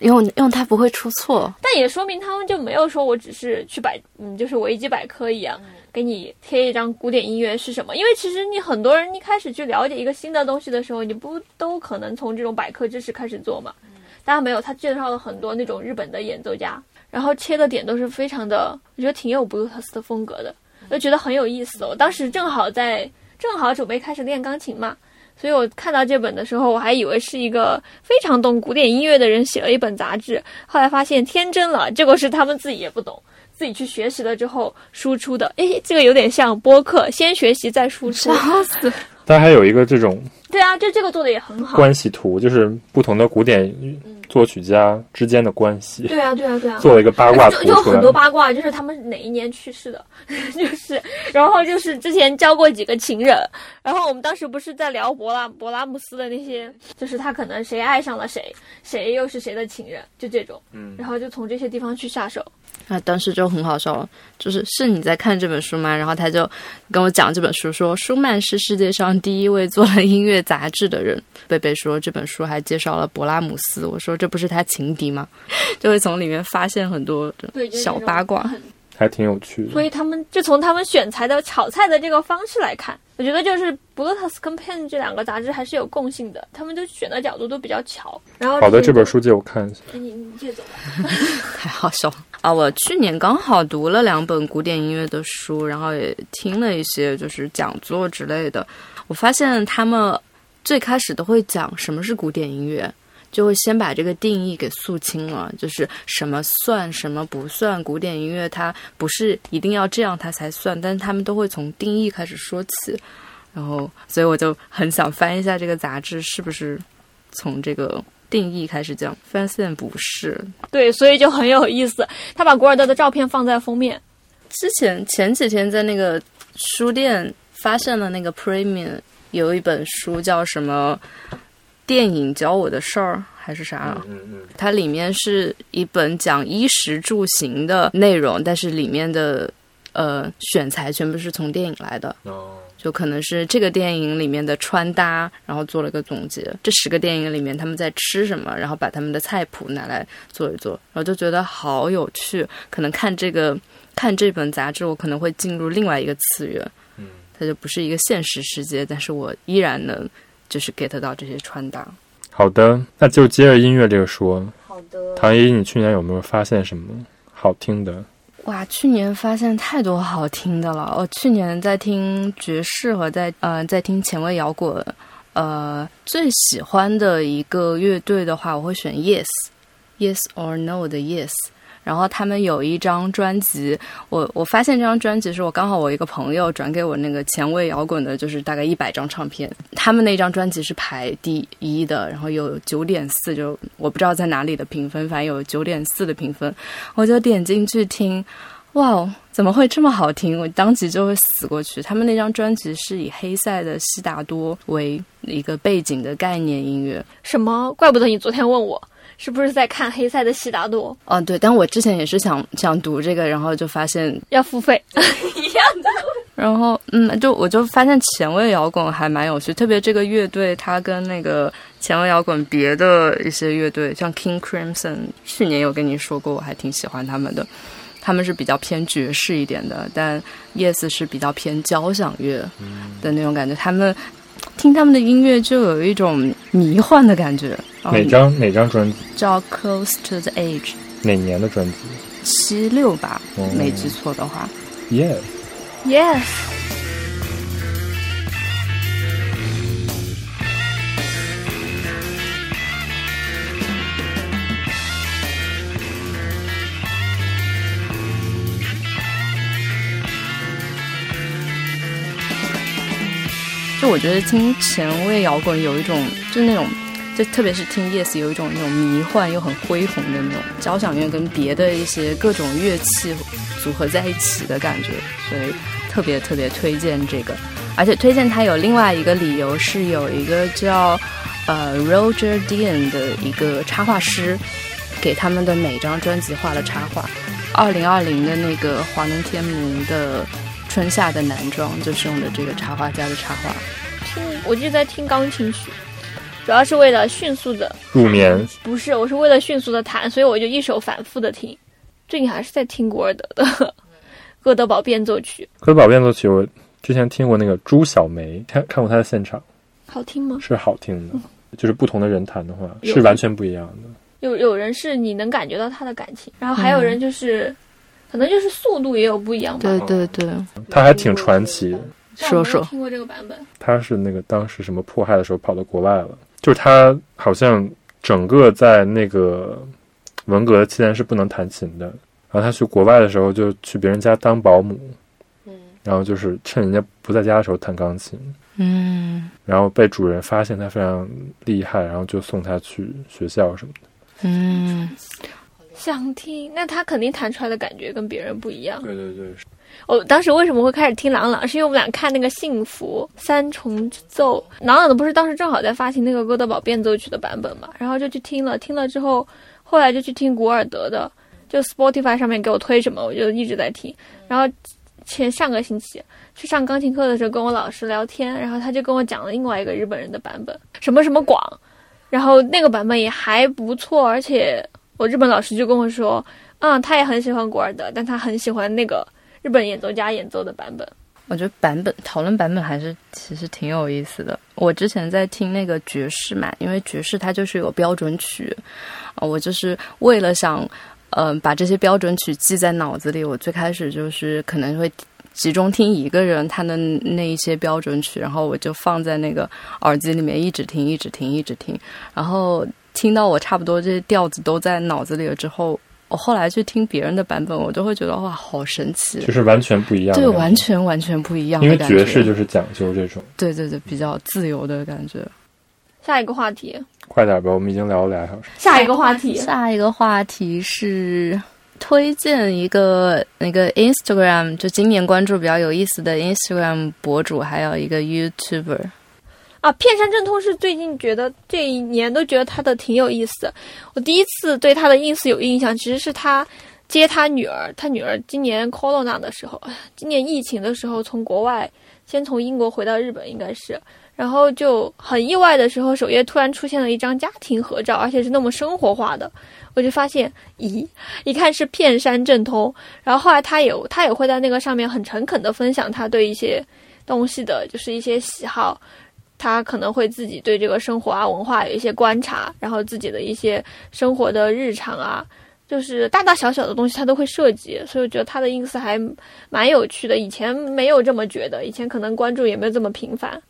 用用它不会出错。
但也说明他们就没有说我只是去百，嗯，就是维基百科一样，给你贴一张古典音乐是什么。因为其实你很多人一开始去了解一个新的东西的时候，你不都可能从这种百科知识开始做嘛？但他没有，他介绍了很多那种日本的演奏家，然后切的点都是非常的，我觉得挺有布鲁特斯的风格的，我就觉得很有意思。我哦当时正好在正好准备开始练钢琴嘛，所以我看到这本的时候，我还以为是一个非常懂古典音乐的人写了一本杂志，后来发现天真了，这个是他们自己也不懂，自己去学习了之后输出的。诶，这个有点像播客，先学习再输出。
啊死！
它还有一个这种
对啊，就这个做的也很好。
关系图，就是不同的古典作曲家之间的关系，
嗯对啊，对啊，对啊。
做了一个八卦
就
图
就
出
很
来
多。八卦，就是他们哪一年去世的， 就是，然后就是之前交过几个情人，然后我们当时不是在聊勃拉勃拉姆斯的那些，就是他可能谁爱上了谁，谁又是谁的情人，就这种，
嗯
然后就从这些地方去 下手。
啊，当时就很好笑了，就是是你在看这本书吗？然后他就跟我讲这本书说，舒曼是世界上第一位做了音乐杂志的人。贝贝说这本书还介绍了勃拉姆斯， 我说这不是他情敌吗？就会从里面发现很多
对就是
小
那种
八卦。
还挺有趣的。
所以他们就从他们选材的炒菜的这个方式来看，我觉得就是《Blotus》跟《Pen》这两个杂志还是有共性的，他们就选的角度都比较巧。然后
好的，这本书借我看一下。
哎你你借走吧。
太好笑了啊！我去年刚好读了两本古典音乐的书，然后也听了一些就是讲座之类的。我发现他们最开始都会讲什么是古典音乐，就会先把这个定义给肃清了，就是什么算什么不算古典音乐，它不是一定要这样它才算，但是他们都会从定义开始说起。然后，所以我就很想翻一下这个杂志，是不是从这个定义开始讲？发现不是，
对，所以就很有意思。他把古尔德的照片放在封面，
之前前几天在那个书店发现了那个 Premium 有一本书叫什么“电影教我的事儿”还是啥，啊
嗯嗯，
它里面是一本讲衣食住行的内容，但是里面的呃选材全部是从电影来的，
哦，
就可能是这个电影里面的穿搭，然后做了个总结。这十个电影里面他们在吃什么，然后把他们的菜谱拿来做一做，然后就觉得好有趣。可能看这个看这本杂志，我可能会进入另外一个次元，
嗯，
它就不是一个现实世界，但是我依然能就是 get 到这些穿搭。
好的，那就接着音乐这个说。好的，唐一，你去年有没有发现什么好听的？
哇，去年发现太多好听的了。我哦去年在听爵士和在呃在听前卫摇滚，呃，最喜欢的一个乐队的话，我会选 Yes，Yes or No 的 Yes。然后他们有一张专辑，我我发现这张专辑是我刚好我一个朋友转给我那个前卫摇滚的，就是大概一百张唱片，他们那张专辑是排第一的，然后有九点四，就我不知道在哪里的评分，反正有九点四的评分，我就点进去听，哇哦，怎么会这么好听？我当即就会死过去。他们那张专辑是以黑塞的《悉达多》为一个背景的概念音乐，
什么？怪不得你昨天问我是不是在看黑塞的《悉达多》，
哦，对，但我之前也是想想读这个，然后就发现，
要付费一样的。
然后嗯，就我就发现前卫摇滚还蛮有趣，特别这个乐队，它跟那个前卫摇滚别的一些乐队，像 King Crimson，去年有跟你说过，我还挺喜欢他们的。他们是比较偏爵士一点的，但 Yes 是比较偏交响乐的那种感觉。他们听他们的音乐就有一种迷幻的感觉。哦然后
哪张哪张专辑？
叫 Close to the Edge，
哪年的专辑
七六吧
哦，
没记错的话。
？Yes。
Yes，
就我觉得听前卫摇滚有一种，就是那种，就特别是听 Yes 有一种那种迷幻又很恢宏的那种交响乐跟别的一些各种乐器组合在一起的感觉，所以特别特别推荐这个。而且推荐它有另外一个理由是有一个叫呃 Roger Dean 的一个插画师，给他们的每张专辑画了插画。二零二零的那个华伦天奴的春夏的男装就是用的这个插画家的插画。
听我就在听钢琴曲，主要是为了迅速的，
入眠，
不是，我是为了迅速的弹，所以我就一首反复的听。最近还是在听古尔德的 《哥德堡变奏曲
科宝变奏曲，我之前听过那个朱小梅，看看过她的现场，》，
好听吗？
是好听的，就是不同的人弹的话
有
是完全不一样的。
有有人是你能感觉到他的感情，然后还有人就是，可能就是速度也有不一样吧。
对对对，
她还挺传奇的，
但我
说
没有
说
听过这个版本，
她是那个当时什么迫害的时候跑到国外了，就是她好像整个在那个文革的期间是不能弹琴的，然后她去国外的时候就去别人家当保姆，然后就是趁人家不在家的时候弹钢琴，
嗯
然后被主人发现她非常厉害，然后就送她去学校什么的。
嗯，
想听，那他肯定弹出来的感觉跟别人不一样。
对对对，
我哦当时为什么会开始听朗朗，是因为我们俩看那个《幸福三重奏》，朗朗的不是当时正好在发行那个哥德堡变奏曲的版本嘛，然后就去听了，听了之后，后来就去听古尔德的，就 Spotify 上面给我推什么，我就一直在听。然后前上个星期去上钢琴课的时候，跟我老师聊天，然后他就跟我讲了另外一个日本人的版本，什么什么广，然后那个版本也还不错，而且我日本老师就跟我说，嗯，他也很喜欢古尔德，但他很喜欢那个日本演奏家演奏的版本。
我觉得版本讨论版本还是其实挺有意思的。我之前在听那个爵士嘛，因为爵士它就是有标准曲，呃我就是为了想，嗯、把这些标准曲记在脑子里。我最开始就是可能会集中听一个人他的那一些标准曲，然后我就放在那个耳机里面一直听，一直听，一直听，然后听到我差不多这些调子都在脑子里了之后。我后来去听别人的版本，我就会觉得哇，好神奇！
就是完全不一样的
对，
感觉。
完全完全不一样的
因为
感觉。
爵士就是讲究这种。
对对对，比较自由的感觉。
下一个话题，哎
快点吧，我们已经聊了俩小时。
下一个话题，
下一个话题是推荐一个那个 Instagram，就今年关注比较有意思的 Instagram 博主，还有一个 YouTuber。
啊，片山正通是最近觉得这一年都觉得他的挺有意思的。我第一次对他的 ins 有印象，其实是他接他女儿，他女儿今年 corona 的时候，哎呀今年疫情的时候从国外先从英国回到日本，应该是，然后就很意外的时候，首页突然出现了一张家庭合照，而且是那么生活化的，我就发现，咦，一看是片山正通。然后后来他也他也会在那个上面很诚恳的分享他对一些东西的，就是一些喜好。他可能会自己对这个生活啊、文化有一些观察，然后自己的一些生活的日常啊，就是大大小小的东西他都会涉及，所以我觉得他的 ins 还蛮有趣的。以前没有这么觉得，以前可能关注也没有这么频繁。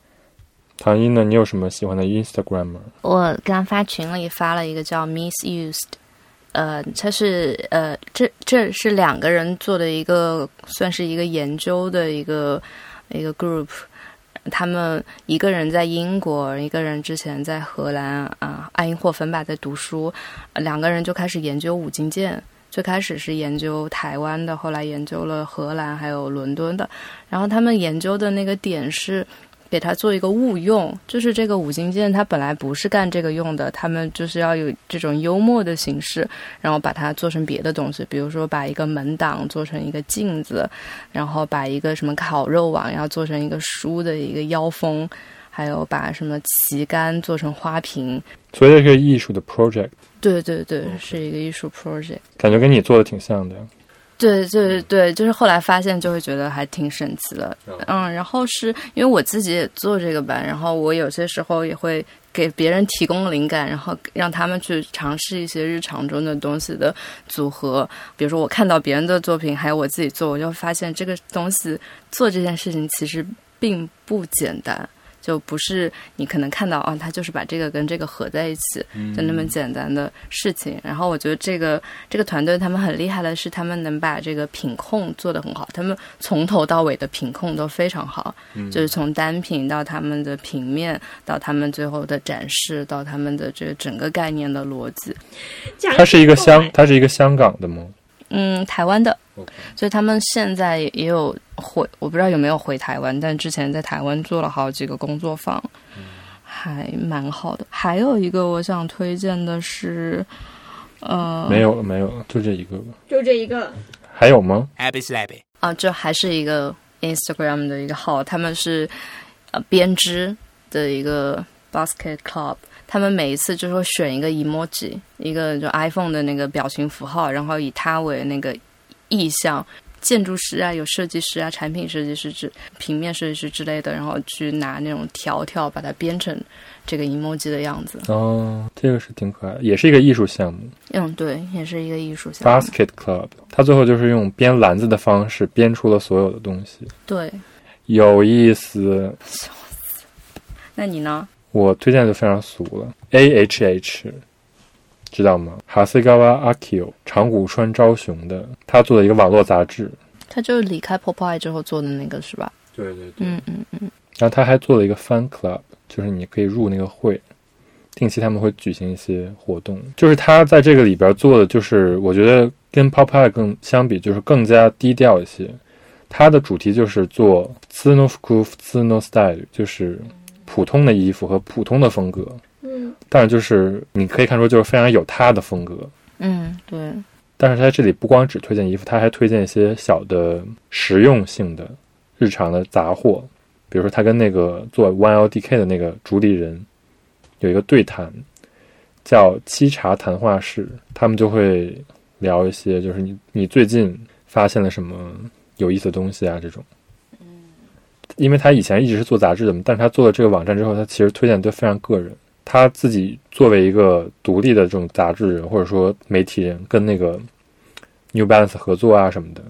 唐一呢，你有什么喜欢的 Instagram 吗？
我刚发群里发了一个叫 Misused，呃，它是呃，这这是两个人做的一个算是一个研究的一个一个 group，他们一个人在英国，一个人之前在荷兰啊、爱因霍芬吧在读书，呃两个人就开始研究五金件。最开始是研究台湾的，后来研究了荷兰还有伦敦的，然后他们研究的那个点是，给它做一个误用，就是这个五金件它本来不是干这个用的，他们就是要有这种幽默的形式，然后把它做成别的东西，比如说把一个门挡做成一个镜子，然后把一个什么烤肉网要做成一个书的一个腰封，还有把什么旗杆做成花瓶，
所以这是个艺术的 project，
对对对，是一个艺术 project。
感觉跟你做的挺像的。
对对对，就是后来发现就会觉得还挺神奇的，嗯，然后是因为我自己也做这个版，然后我有些时候也会给别人提供灵感，然后让他们去尝试一些日常中的东西的组合，比如说我看到别人的作品，还有我自己做，我就发现这个东西做这件事情其实并不简单。就不是你可能看到啊，他就是把这个跟这个合在一起，就那么简单的事情。然后我觉得这个这个团队他们很厉害的是，他们能把这个品控做得很好，他们从头到尾的品控都非常好，
嗯
就是从单品到他们的平面，到他们最后的展示，到他们的这个整个概念的逻辑，
它是一个香，它是一个香港的吗？
嗯，台湾的
OK
所以他们现在也有回，我不知道有没有回台湾，但之前在台湾做了好几个工作坊，
嗯
还蛮好的。还有一个我想推荐的是，呃，
没有了，没有了，就这一个吧。
就这一个，
还有吗？
Happy slappy.
啊，这还是一个 Instagram 的一个号，他们是呃编织的一个 Basket Club，他们每一次就说选一个 emoji，一个就 iPhone 的那个表情符号，然后以它为那个意象。建筑师啊，有设计师啊，产品设计师之平面设计师之类的，然后去拿那种条条把它编成这个 emoji 的样子。
哦，这个是挺可爱的，也是一个艺术项目。
嗯，对，也是一个艺术项目。
Basket Club，它最后就是用编篮子的方式编出了所有的东西，
对，
有意思。
那你呢？
我推荐就非常俗了，A H H，知道吗？哈斯高瓦 Akio 长谷川昭雄的，他做的一个网络杂志。
他就是离开 Popeye 之后做的那个是吧？
对对对。
嗯嗯。
然后他还做了一个 fan club，就是你可以入那个会，定期他们会举行一些活动。就是他在这个里边做的，就是我觉得跟 Popeye 更相比，就是更加低调一些。他的主题就是做 z n o f k u f z n o style，就是普通的衣服和普通的风格。
嗯，
但是就是你可以看出，就是非常有他的风格。
嗯，对，
但是他这里不光只推荐衣服，他还推荐一些小的实用性的日常的杂货，比如说他跟那个做 One LDK 的那个主理人有一个对谈，叫沏茶谈话室，他们就会聊一些，就是你你最近发现了什么有意思的东西啊这种。因为他以前一直是做杂志的嘛，但是他做了这个网站之后，他其实推荐都非常个人。他自己作为一个独立的这种杂志人或者说媒体人，跟那个 New Balance 合作啊什么的，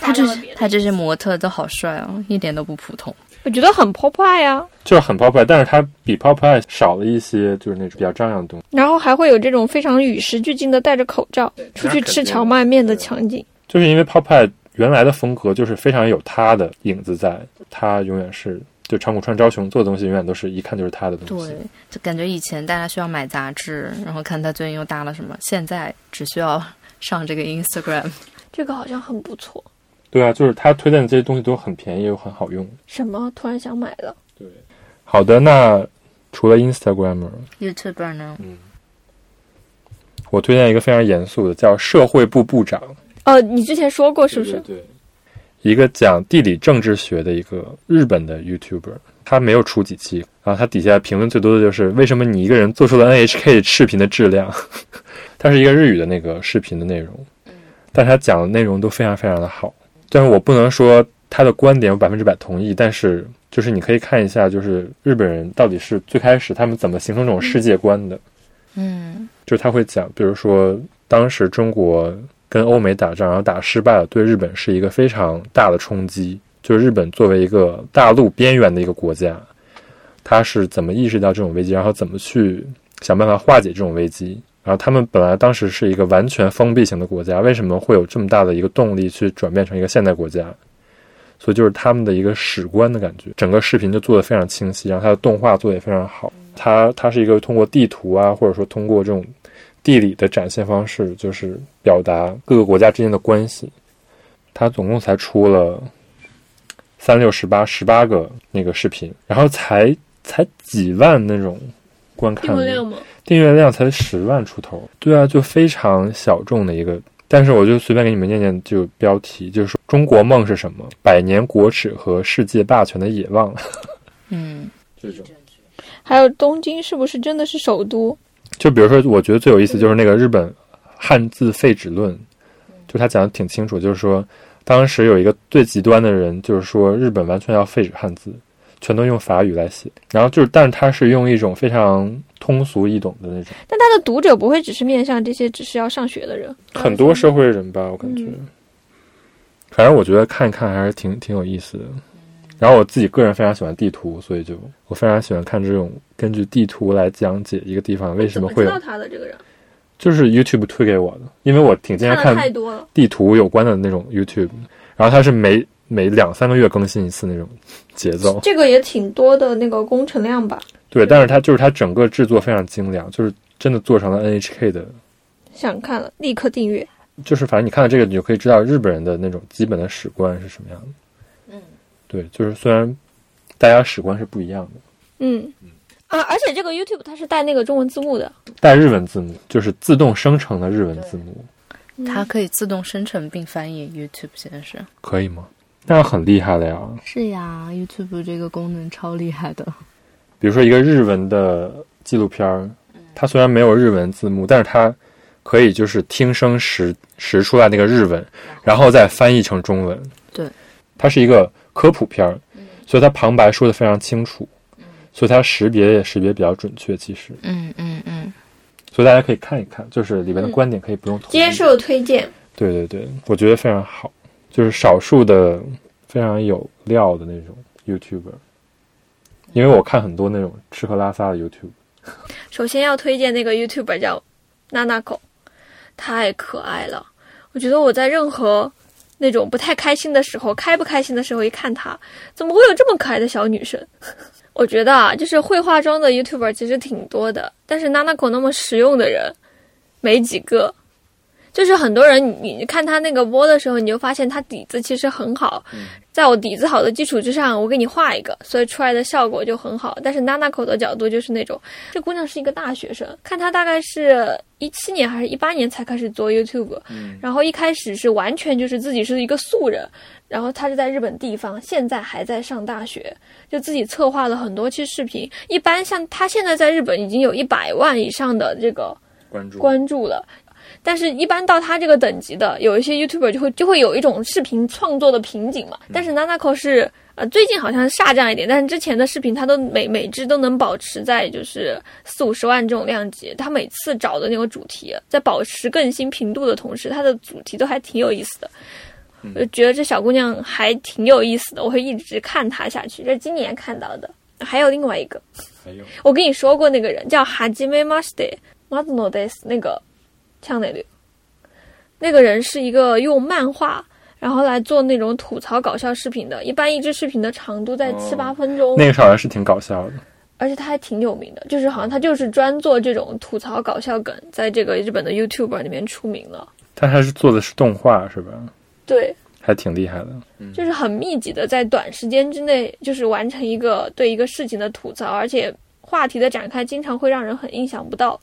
他这
发到了别的
他这些模特都好帅哦，一点都不普通。
我觉得很 pop pie 啊，
就是很 Pop Eye，但是它比 Pop Eye 少了一些就是那种比较张扬的东西。
然后还会有这种非常与时俱进的戴着口罩出去吃荞麦面的场景。
就是因为 Pop Eye 原来的风格就是非常有他的影子在，他永远是就长谷川昭雄做的东西，永远都是一看就是他的东西
对。，就感觉以前大家需要买杂志，然后看他最近又搭了什么，现在只需要上这个 Instagram。
这个好像很不错。
对啊，就是他推荐的这些东西都很便宜又很好用。
什么？突然想买了。
好的，那除了 Instagram，
YouTuber 呢？
我推荐一个非常严肃的，叫社会部部长，
呃，你之前说过是不嗯是？
对，一个讲地理政治学的一个日本的 YouTuber，他没有出几期，然后他底下评论最多的就是为什么你一个人做出了 NHK 视频的质量， 它是一个日语的那个视频的内容，
嗯
但是他讲的内容都非常非常的好，但是我不能说他的观点我百分之百同意，但是就是你可以看一下，就是日本人到底是最开始他们怎么形成这种世界观的，
嗯，
就是他会讲，比如说当时中国跟欧美打仗，然后打失败了，对日本是一个非常大的冲击。就是日本作为一个大陆边缘的一个国家，他是怎么意识到这种危机，然后怎么去想办法化解这种危机。然后他们本来当时是一个完全封闭型的国家，为什么会有这么大的一个动力去转变成一个现代国家？所以就是他们的一个史观的感觉。整个视频就做得非常清晰，然后它的动画做得也非常好。它它是一个通过地图啊，或者说通过这种地理的展现方式，就是表达各个国家之间的关系。它总共才出了三六十八十八个那个视频，然后才才几万那种观看量
吗？
订阅量才十万出头，对啊，就非常小众的一个。但是我就随便给你们念念就标题，就是说中国梦是什么？百年国耻和世界霸权的野望。
嗯，
这种，
还有东京是不是真的是首都？
就比如说，我觉得最有意思就是那个日本汉字废止论，就他讲的挺清楚，就是说当时有一个最极端的人，就是说日本完全要废止汉字，全都用法语来写。然后就是，但是他是用一种非常通俗易懂的那种，
但他的读者不会只是面向这些只是要上学的人，
很多社会人吧，我感觉。
嗯
反正我觉得看一看还是挺挺有意思的。然后我自己个人非常喜欢地图，所以就我非常喜欢看这种根据地图来讲解一个地方为什么会有，
他的这个人？
就是 YouTube 推给我的，因为我挺经常看
多了。
地图有关的那种 YouTube，然后它是每每两三个月更新一次那种节奏，
这个也挺多的那个工程量吧，
对，但是它就是它整个制作非常精良，就是真的做成了 NHK 的
想看了立刻订阅。
就是反正你看到这个，你就可以知道日本人的那种基本的史观是什么样的。嗯，对，就是虽然大家史观是不一样的，
嗯，啊，而且这个 YouTube 它是带那个中文字幕的，
带日文字幕就是自动生成的日文字幕，
它可以自动生成并翻译 YouTube 现在是。
可以吗？那很厉害了呀！
是呀，YouTube 这个功能超厉害的。
比如说一个日文的纪录片儿，它虽然没有日文字幕，但是它可以就是听声识识出来那个日文，然后再翻译成中文。
对，
它是一个科普片儿，所以它旁白说的非常清楚，所以它识别也识别比较准确。其实，
嗯嗯嗯，
所以大家可以看一看，就是里边的观点可以不用同意。
推荐。
对对对，我觉得非常好，就是少数的非常有料的那种 YouTuber，因为我看很多那种吃喝拉撒的 YouTube。
首先要推荐那个 YouTuber 叫娜娜狗，太可爱了。我觉得我在任何那种不太开心的时候，开不开心的时候，一看她，怎么会有这么可爱的小女生？ 我觉得啊，就是会化妆的 YouTuber 其实挺多的，但是娜娜狗那么实用的人没几个。就是很多人，你你看他那个播的时候，你就发现他底子其实很好。在我底子好的基础之上，我给你画一个，所以出来的效果就很好。但是娜娜口的角度就是那种，这姑娘是一个大学生，看她大概是一七年还是一八年才开始做 YouTube，、然后一开始是完全就是自己是一个素人，然后她是在日本地方，现在还在上大学，就自己策划了很多期视频。一般像她现在在日本已经有一百万以上的这个
关注
关注了。但是，一般到他这个等级的，有一些 YouTuber 就会就会有一种视频创作的瓶颈嘛。
嗯
但是 Nanako 是呃最近好像下降一点，但是之前的视频他都每每支都能保持在就是四五十万这种量级。他每次找的那个主题，在保持更新频度的同时，他的主题都还挺有意思的。
嗯
我就觉得这小姑娘还挺有意思的，我会一直看她下去。这是今年看到的，还有另外一个，
还有
我跟你说过那个人叫哈基梅马斯德马兹诺德斯那个呛内流，那个人是一个用漫画然后来做那种吐槽搞笑视频的，一般一支视频的长度在七八分钟，
那个好像是挺搞笑的，
而且他还挺有名的，就是好像他就是专做这种吐槽搞笑梗，在这个日本的 YouTube 里面出名了。
他还是做的是动画是吧？
对，
还挺厉害的。
就是很密集的在短时间之内，就是完成一个对一个事情的吐槽，而且话题的展开经常会让人很意想不到。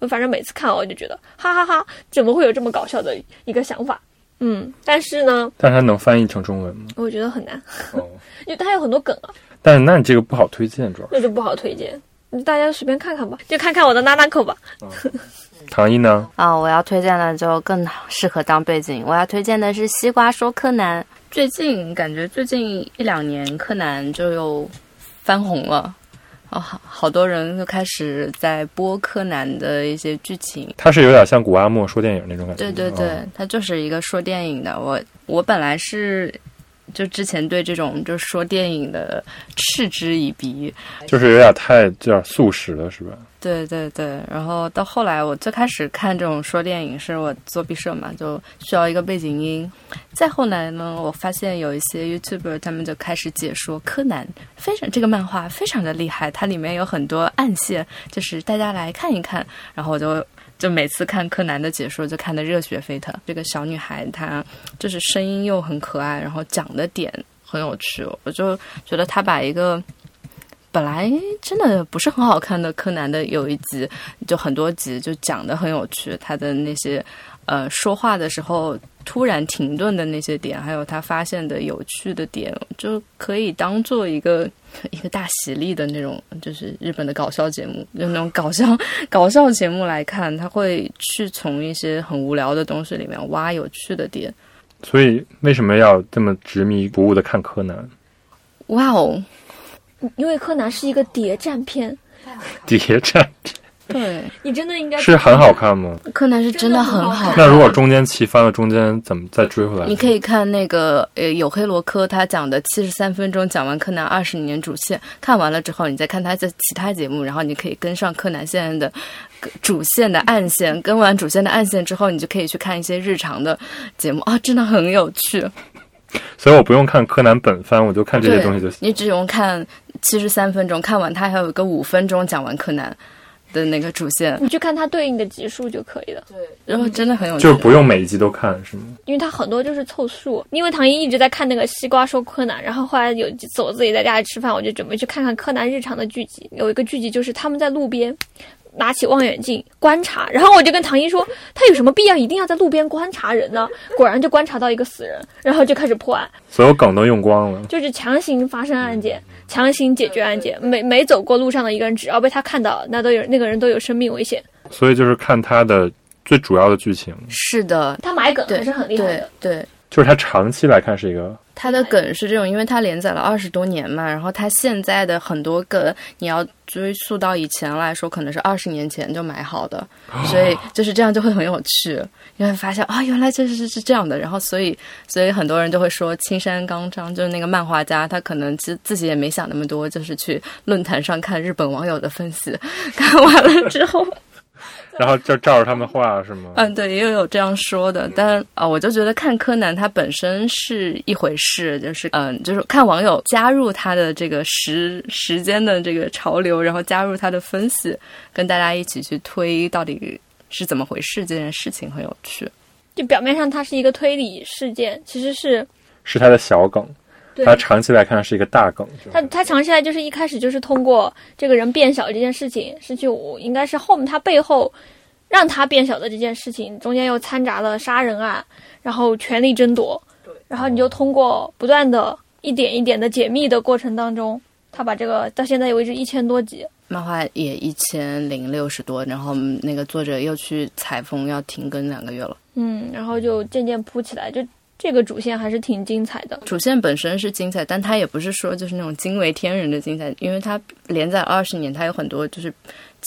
我反正每次看我就觉得哈哈哈怎么会有这么搞笑的一个想法？嗯，但是呢，
但是它能翻译成中文吗？
我觉得很难，
哦，
因为它有很多梗啊，
但是那你这个不好推荐，主要是
那就不好推荐。大家随便看看吧，就看看我的娜娜口吧。
唐一呢？
啊，我要推荐的就更适合当背景。我要推荐的是《西瓜说柯南》。最近感觉最近一两年，柯南就又翻红了，啊，好好多人就开始在播柯南的一些剧情。
它是有点像古阿莫说电影那种感觉。
对对对，
嗯
它就是一个说电影的。我我本来是就之前对这种就是说电影的嗤之以鼻，
就是有点太有点速食了，是吧？
对对对，然后到后来，我最开始看这种说电影是我做毕设嘛，就需要一个背景音。再后来呢，我发现有一些 YouTuber 他们就开始解说柯南，非常这个漫画非常的厉害，它里面有很多暗线，就是大家来看一看。然后我就就每次看柯南的解说，就看得热血沸腾。这个小女孩她就是声音又很可爱，然后讲的点很有趣，我就觉得她把一个。本来真的不是很好看的柯南的有一集，就很多集就讲的很有趣，他的那些呃说话的时候突然停顿的那些点，还有他发现的有趣的点，就可以当做一个 一个大喜力的那种，就是日本的搞笑节目，就那种搞笑 搞笑节目来看，他会去从一些很无聊的东西里面挖有趣的点。
所以为什么要这么执迷不悟的看柯南？
哇哦，
因为柯南是一个谍战片，
谍战
对，
你真的应该
是很好看吗？
柯南是真的很好
真的很好看
那如果中间弃番了，中间怎么再追回来？
你可以看那个呃，有黑罗科他讲的七十三分钟，讲完柯南二十年主线，看完了之后，你再看他的其他节目，然后你可以跟上柯南现在的呃主线的暗线，跟完主线的暗线之后，你就可以去看一些日常的节目啊，真的很有趣。
所以我不用看柯南本番，我就看这些
对，
东西就行。
你只用看七十三分钟，看完它还有一个五分钟讲完柯南的那个主线，
你去看它对应的集数就可以了，
然后真的很有趣。
就是不用每一集都看，是吗？
因为它很多就是凑数。因为唐一一直在看那个西瓜说柯南，然后后来有几次我自己在家里吃饭，我就准备去看看柯南日常的剧集。有一个剧集就是他们在路边拿起望远镜观察，然后我就跟唐一说，他有什么必要一定要在路边观察 人呢？果然就观察到一个死人，然后就开始破案，
所有梗都用光了。
就是强行发生案件，强行解决案件。每每走过路上的一个人，只要被他看到，那都有那个人都有生命危险。
所以就是看它的最主要的剧情，
是的，
他埋梗
对
还是很厉害
对
的。
对。
就是它长期来看是一个
它的梗是这种，因为它连载了二十多年嘛，然后它现在的很多梗，你要追溯到以前来说，可能是二十年前就买好的，所以就是这样就会很有趣，你会发现啊、原来这是是这样的，然后所以所以很多人就会说青山刚昌就是那个漫画家，他可能自自己也没想那么多，就是去论坛上看日本网友的分析， 看完了之后。
然后就照着他们画是
呃
吗？
嗯，对，也有这样说的，但啊、我就觉得看柯南它本身是一回事，就是嗯、就是看网友加入他的这个时时间的这个潮流，然后加入他的分析，跟大家一起去推到底是怎么回事，这件事情很有趣。
就表面上它是一个推理事件，其实是
是它的小梗，
对
它长期来看是一个大梗。
它它藏起来就是一开始就是通过这个人变小这件事情，是去我应该是后面它背后让他变小的这件事情，中间又掺杂了杀人案，然后权力争夺，然后你就通过不断的一点一点的解密的过程当中，他把这个到现在为止一千多集，
漫画也一千零六十多，然后那个作者又去采风，要停更两个月了。
嗯，然后就渐渐铺起来，就这个主线还是挺精彩的。
主线本身是精彩，但它也不是说就是那种惊为天人的精彩，因为它连载二十年，它有很多就是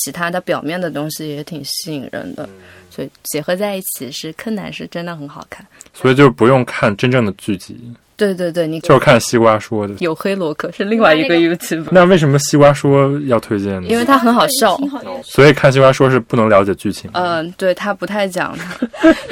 其他的表面的东西也挺吸引人的，所以结合在一起是柯南是真的很好看。
所以就是不用看真正的剧集，
对对对，你
就是看西瓜说的。
有黑罗克是另外一个 YouTube，
那为什么西瓜说要推荐呢？
因为它很好笑
挺好的
所以看西瓜说是不能了解剧情的。
呃
嗯、对他不太讲，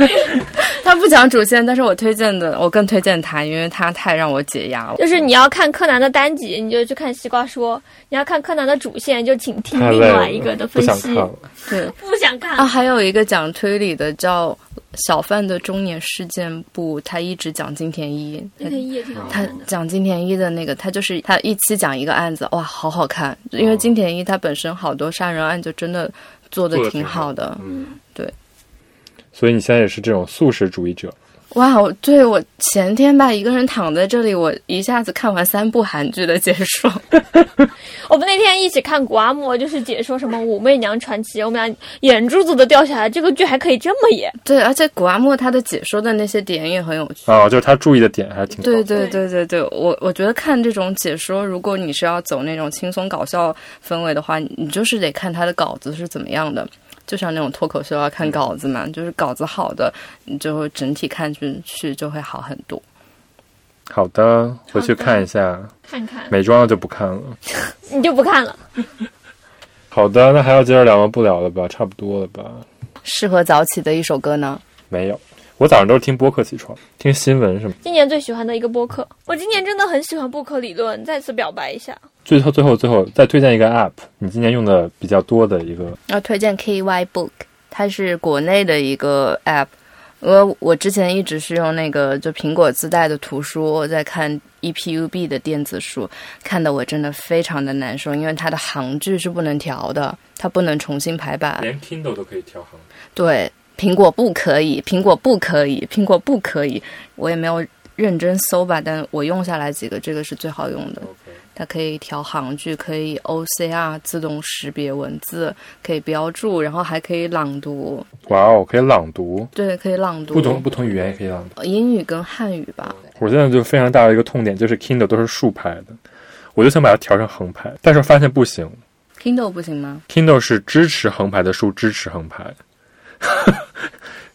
他不讲主线，但是我推荐的，我更推荐他，因为他太让我解压了。
就是你要看柯南的单集，你就去看西瓜说；你要看柯南的主线，就请听
太
另
累
外
了，
一个的
不
分
想看
析。
了。
对
不想看
啊，还有一个讲推理的叫《小贩的中年事件簿》，他一直讲金田一，
那个也挺好
他
看的。
讲金田一的那个，他就是他一期讲一个案子，哇，好好看，因为金田一他本身好多杀人案就真的做的
做得
挺
挺好
好的，
所以你现在也是这种素食主义者，
哇，我对我前天吧，一个人躺在这里，我一下子看完三部韩剧的解说。
我们那天一起看《古阿莫》，就是解说什么《武媚娘传奇》，我们俩眼珠子都掉下来。这个剧还可以这么演，
对，而且古阿莫他的解说的那些点也很有趣。
啊，就是他注意的点还挺高
对
的。
对对对对，我我觉得看这种解说，如果你是要走那种轻松搞笑氛围的话，你就是得看他的稿子是怎么样的。就像那种脱口秀要看稿子嘛，就是稿子好的，你就会整体看进去就会好很多。
好的，回去看一下。
看看
美妆的就不看了。
你就不看了。
好的，那还要接着聊吗？不聊了吧，差不多了吧？
适合早起的一首歌呢？
没有，我早上都是听播客起床，听新闻什么。
今年最喜欢的一个播客，我今年真的很喜欢布克理论，再次表白一下。
最后，最后，最后再推荐一个 App，你今年用的比较多的一个，
要推荐 KY Book，它是国内的一个 app。我我之前一直是用那个就苹果自带的图书，我在看 E EPUB 的电子书，看的我真的非常的难受，因为它的行距是不能调的，它不能重新排版。
连 Kindle 都可以调行。
对，苹果不可以，苹果不可以，苹果不可以。我也没有认真搜吧，但我用下来几个，这个是最好用的。它可以调行距，可以 OCR 自动识别文字，可以标注，然后还可以朗读。
哇哦，可以朗读，
对，可以朗读。
不同不同语言也可以朗读。
呃英语跟汉语吧。
我现在就非常大的一个痛点就是 Kindle 都是竖排的，我就想把它调成横排，但是我发现不行
Kindle 不行吗？
，Kindle 是支持横排的书支持横排，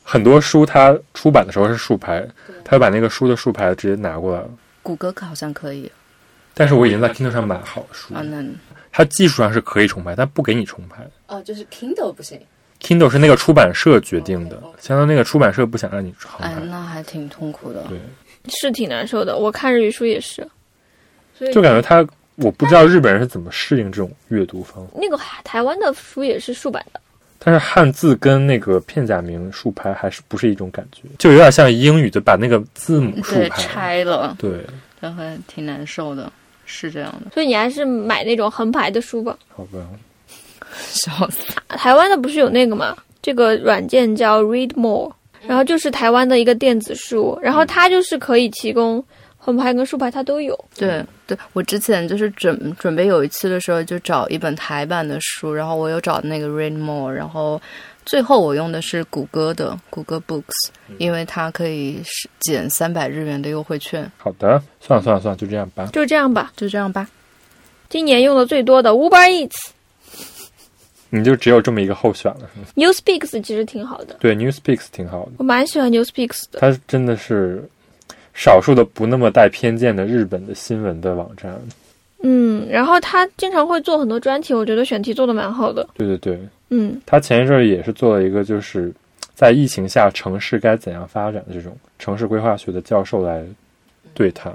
很多书它出版的时候是竖排，它就把那个书的竖排直接拿过来了。
谷歌好像可以
但是我已经在 Kindle 上买好书
啊，，那
它技术上是可以重排，但不给你重排。
哦，就是 Kindle 不行，
Kindle 是那个出版社决定的，相当于那个出版社不想让你重
哎
排，，
那还挺痛苦的。
对，
是挺难受的。我看日语书也是，所以
就感觉它，我不知道日本人是怎么适应这种阅读方法。
那个台湾的书也是竖版的，
但是汉字跟那个片假名竖排还是不是一种感觉，就有点像英语的把那个字母竖
对，
排。
拆了，
对，
然后还挺难受的，是这样的。
所以你还是买那种横排的书吧。
好吧，
笑死！
台湾的不是有那个吗？这个软件叫 Read More，然后就是台湾的一个电子书，然后它就是可以提供横排跟竖排，它都有。
对对，我之前就是准准备有一期的时候，就找一本台版的书，然后我有找那个 Read More，然后最后我用的是谷歌的谷歌 Books，因为它可以是减三百日元的优惠券。
好的，算了算了算了，就这样吧。
就这样吧。
就这样吧，
今年用的最多的 Uber Eats、
你就只有这么一个候选了。是吗
Newspeaks 其实挺好的，
对，Newspeaks 挺好的，
我蛮喜欢 Newspeaks 的。
它真的是少数的不那么带偏见的日本的新闻的网站。
嗯，然后他经常会做很多专题，我觉得选题做的蛮好的。
对对对，
嗯，
他前一阵儿也是做了一个，就是在疫情下城市该怎样发展的这种城市规划学的教授来对谈。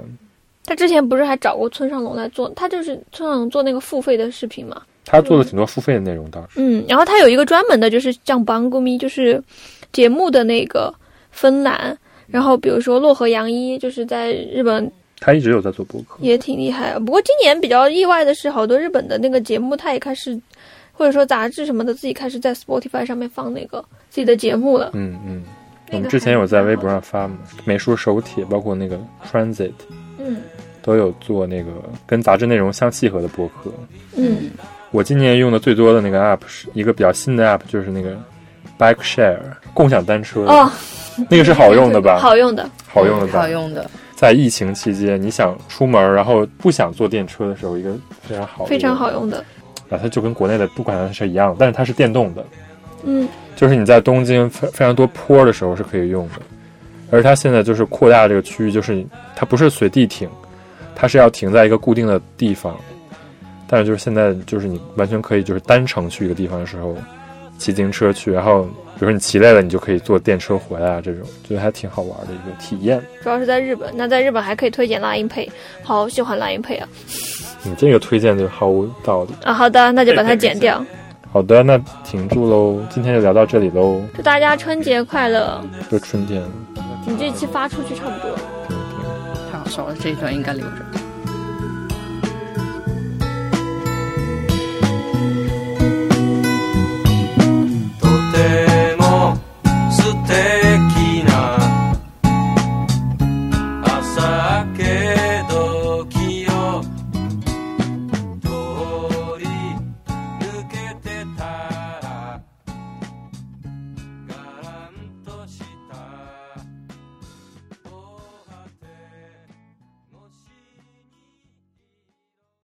他之前不是还找过村上龙来做，他就是村上龙做那个付费的视频嘛。
他做了挺多付费的内容，当时
嗯，然后他有一个专门的，就是像帮公咪，就是节目的那个芬兰。然后比如说洛河洋一，就是在日本
他一直有在做博客。
也挺厉害。不过今年比较意外的是，好多日本的那个节目，他也开始或者说杂志什么的，自己开始在 Spotify 上面放那个自己的节目了。
嗯嗯，
那个
我们之前有在微博
还
上发嘛，美术手帖，包括那个 Transit，
嗯，
都有做那个跟杂志内容相契合的播客。
嗯
我今年用的最多的那个 app 是一个比较新的 app，就是那个 Bike Share 共享单车，
哦，
那嗯个是好用的吧？
好用的，
好用的吧？
好用的，
在疫情期间，你想出门，然后不想坐电车的时候，一个非常好的
非常好。用的。
啊，它就跟国内的不管单车一样，但是它是电动的，
嗯，
就是你在东京非非常多坡的时候是可以用的。而它现在就是扩大这个区域，就是它不是随地停，它是要停在一个固定的地方。但是就是现在，就是你完全可以就是单程去一个地方的时候，骑自行车去，然后比如说你骑累了，你就可以坐电车回来啊，这种觉得还挺好玩的一个体验。
主要是在日本。那在日本还可以推荐 Line Pay，好喜欢 Line Pay 啊！
你这个推荐就毫无道理。
啊，好的，那就把它剪掉。
好的，那停住喽，今天就聊到这里喽。
祝大家春节快乐！
就春天，
你这期发出去差不多。
停停。
太好笑了，这一段应该留着。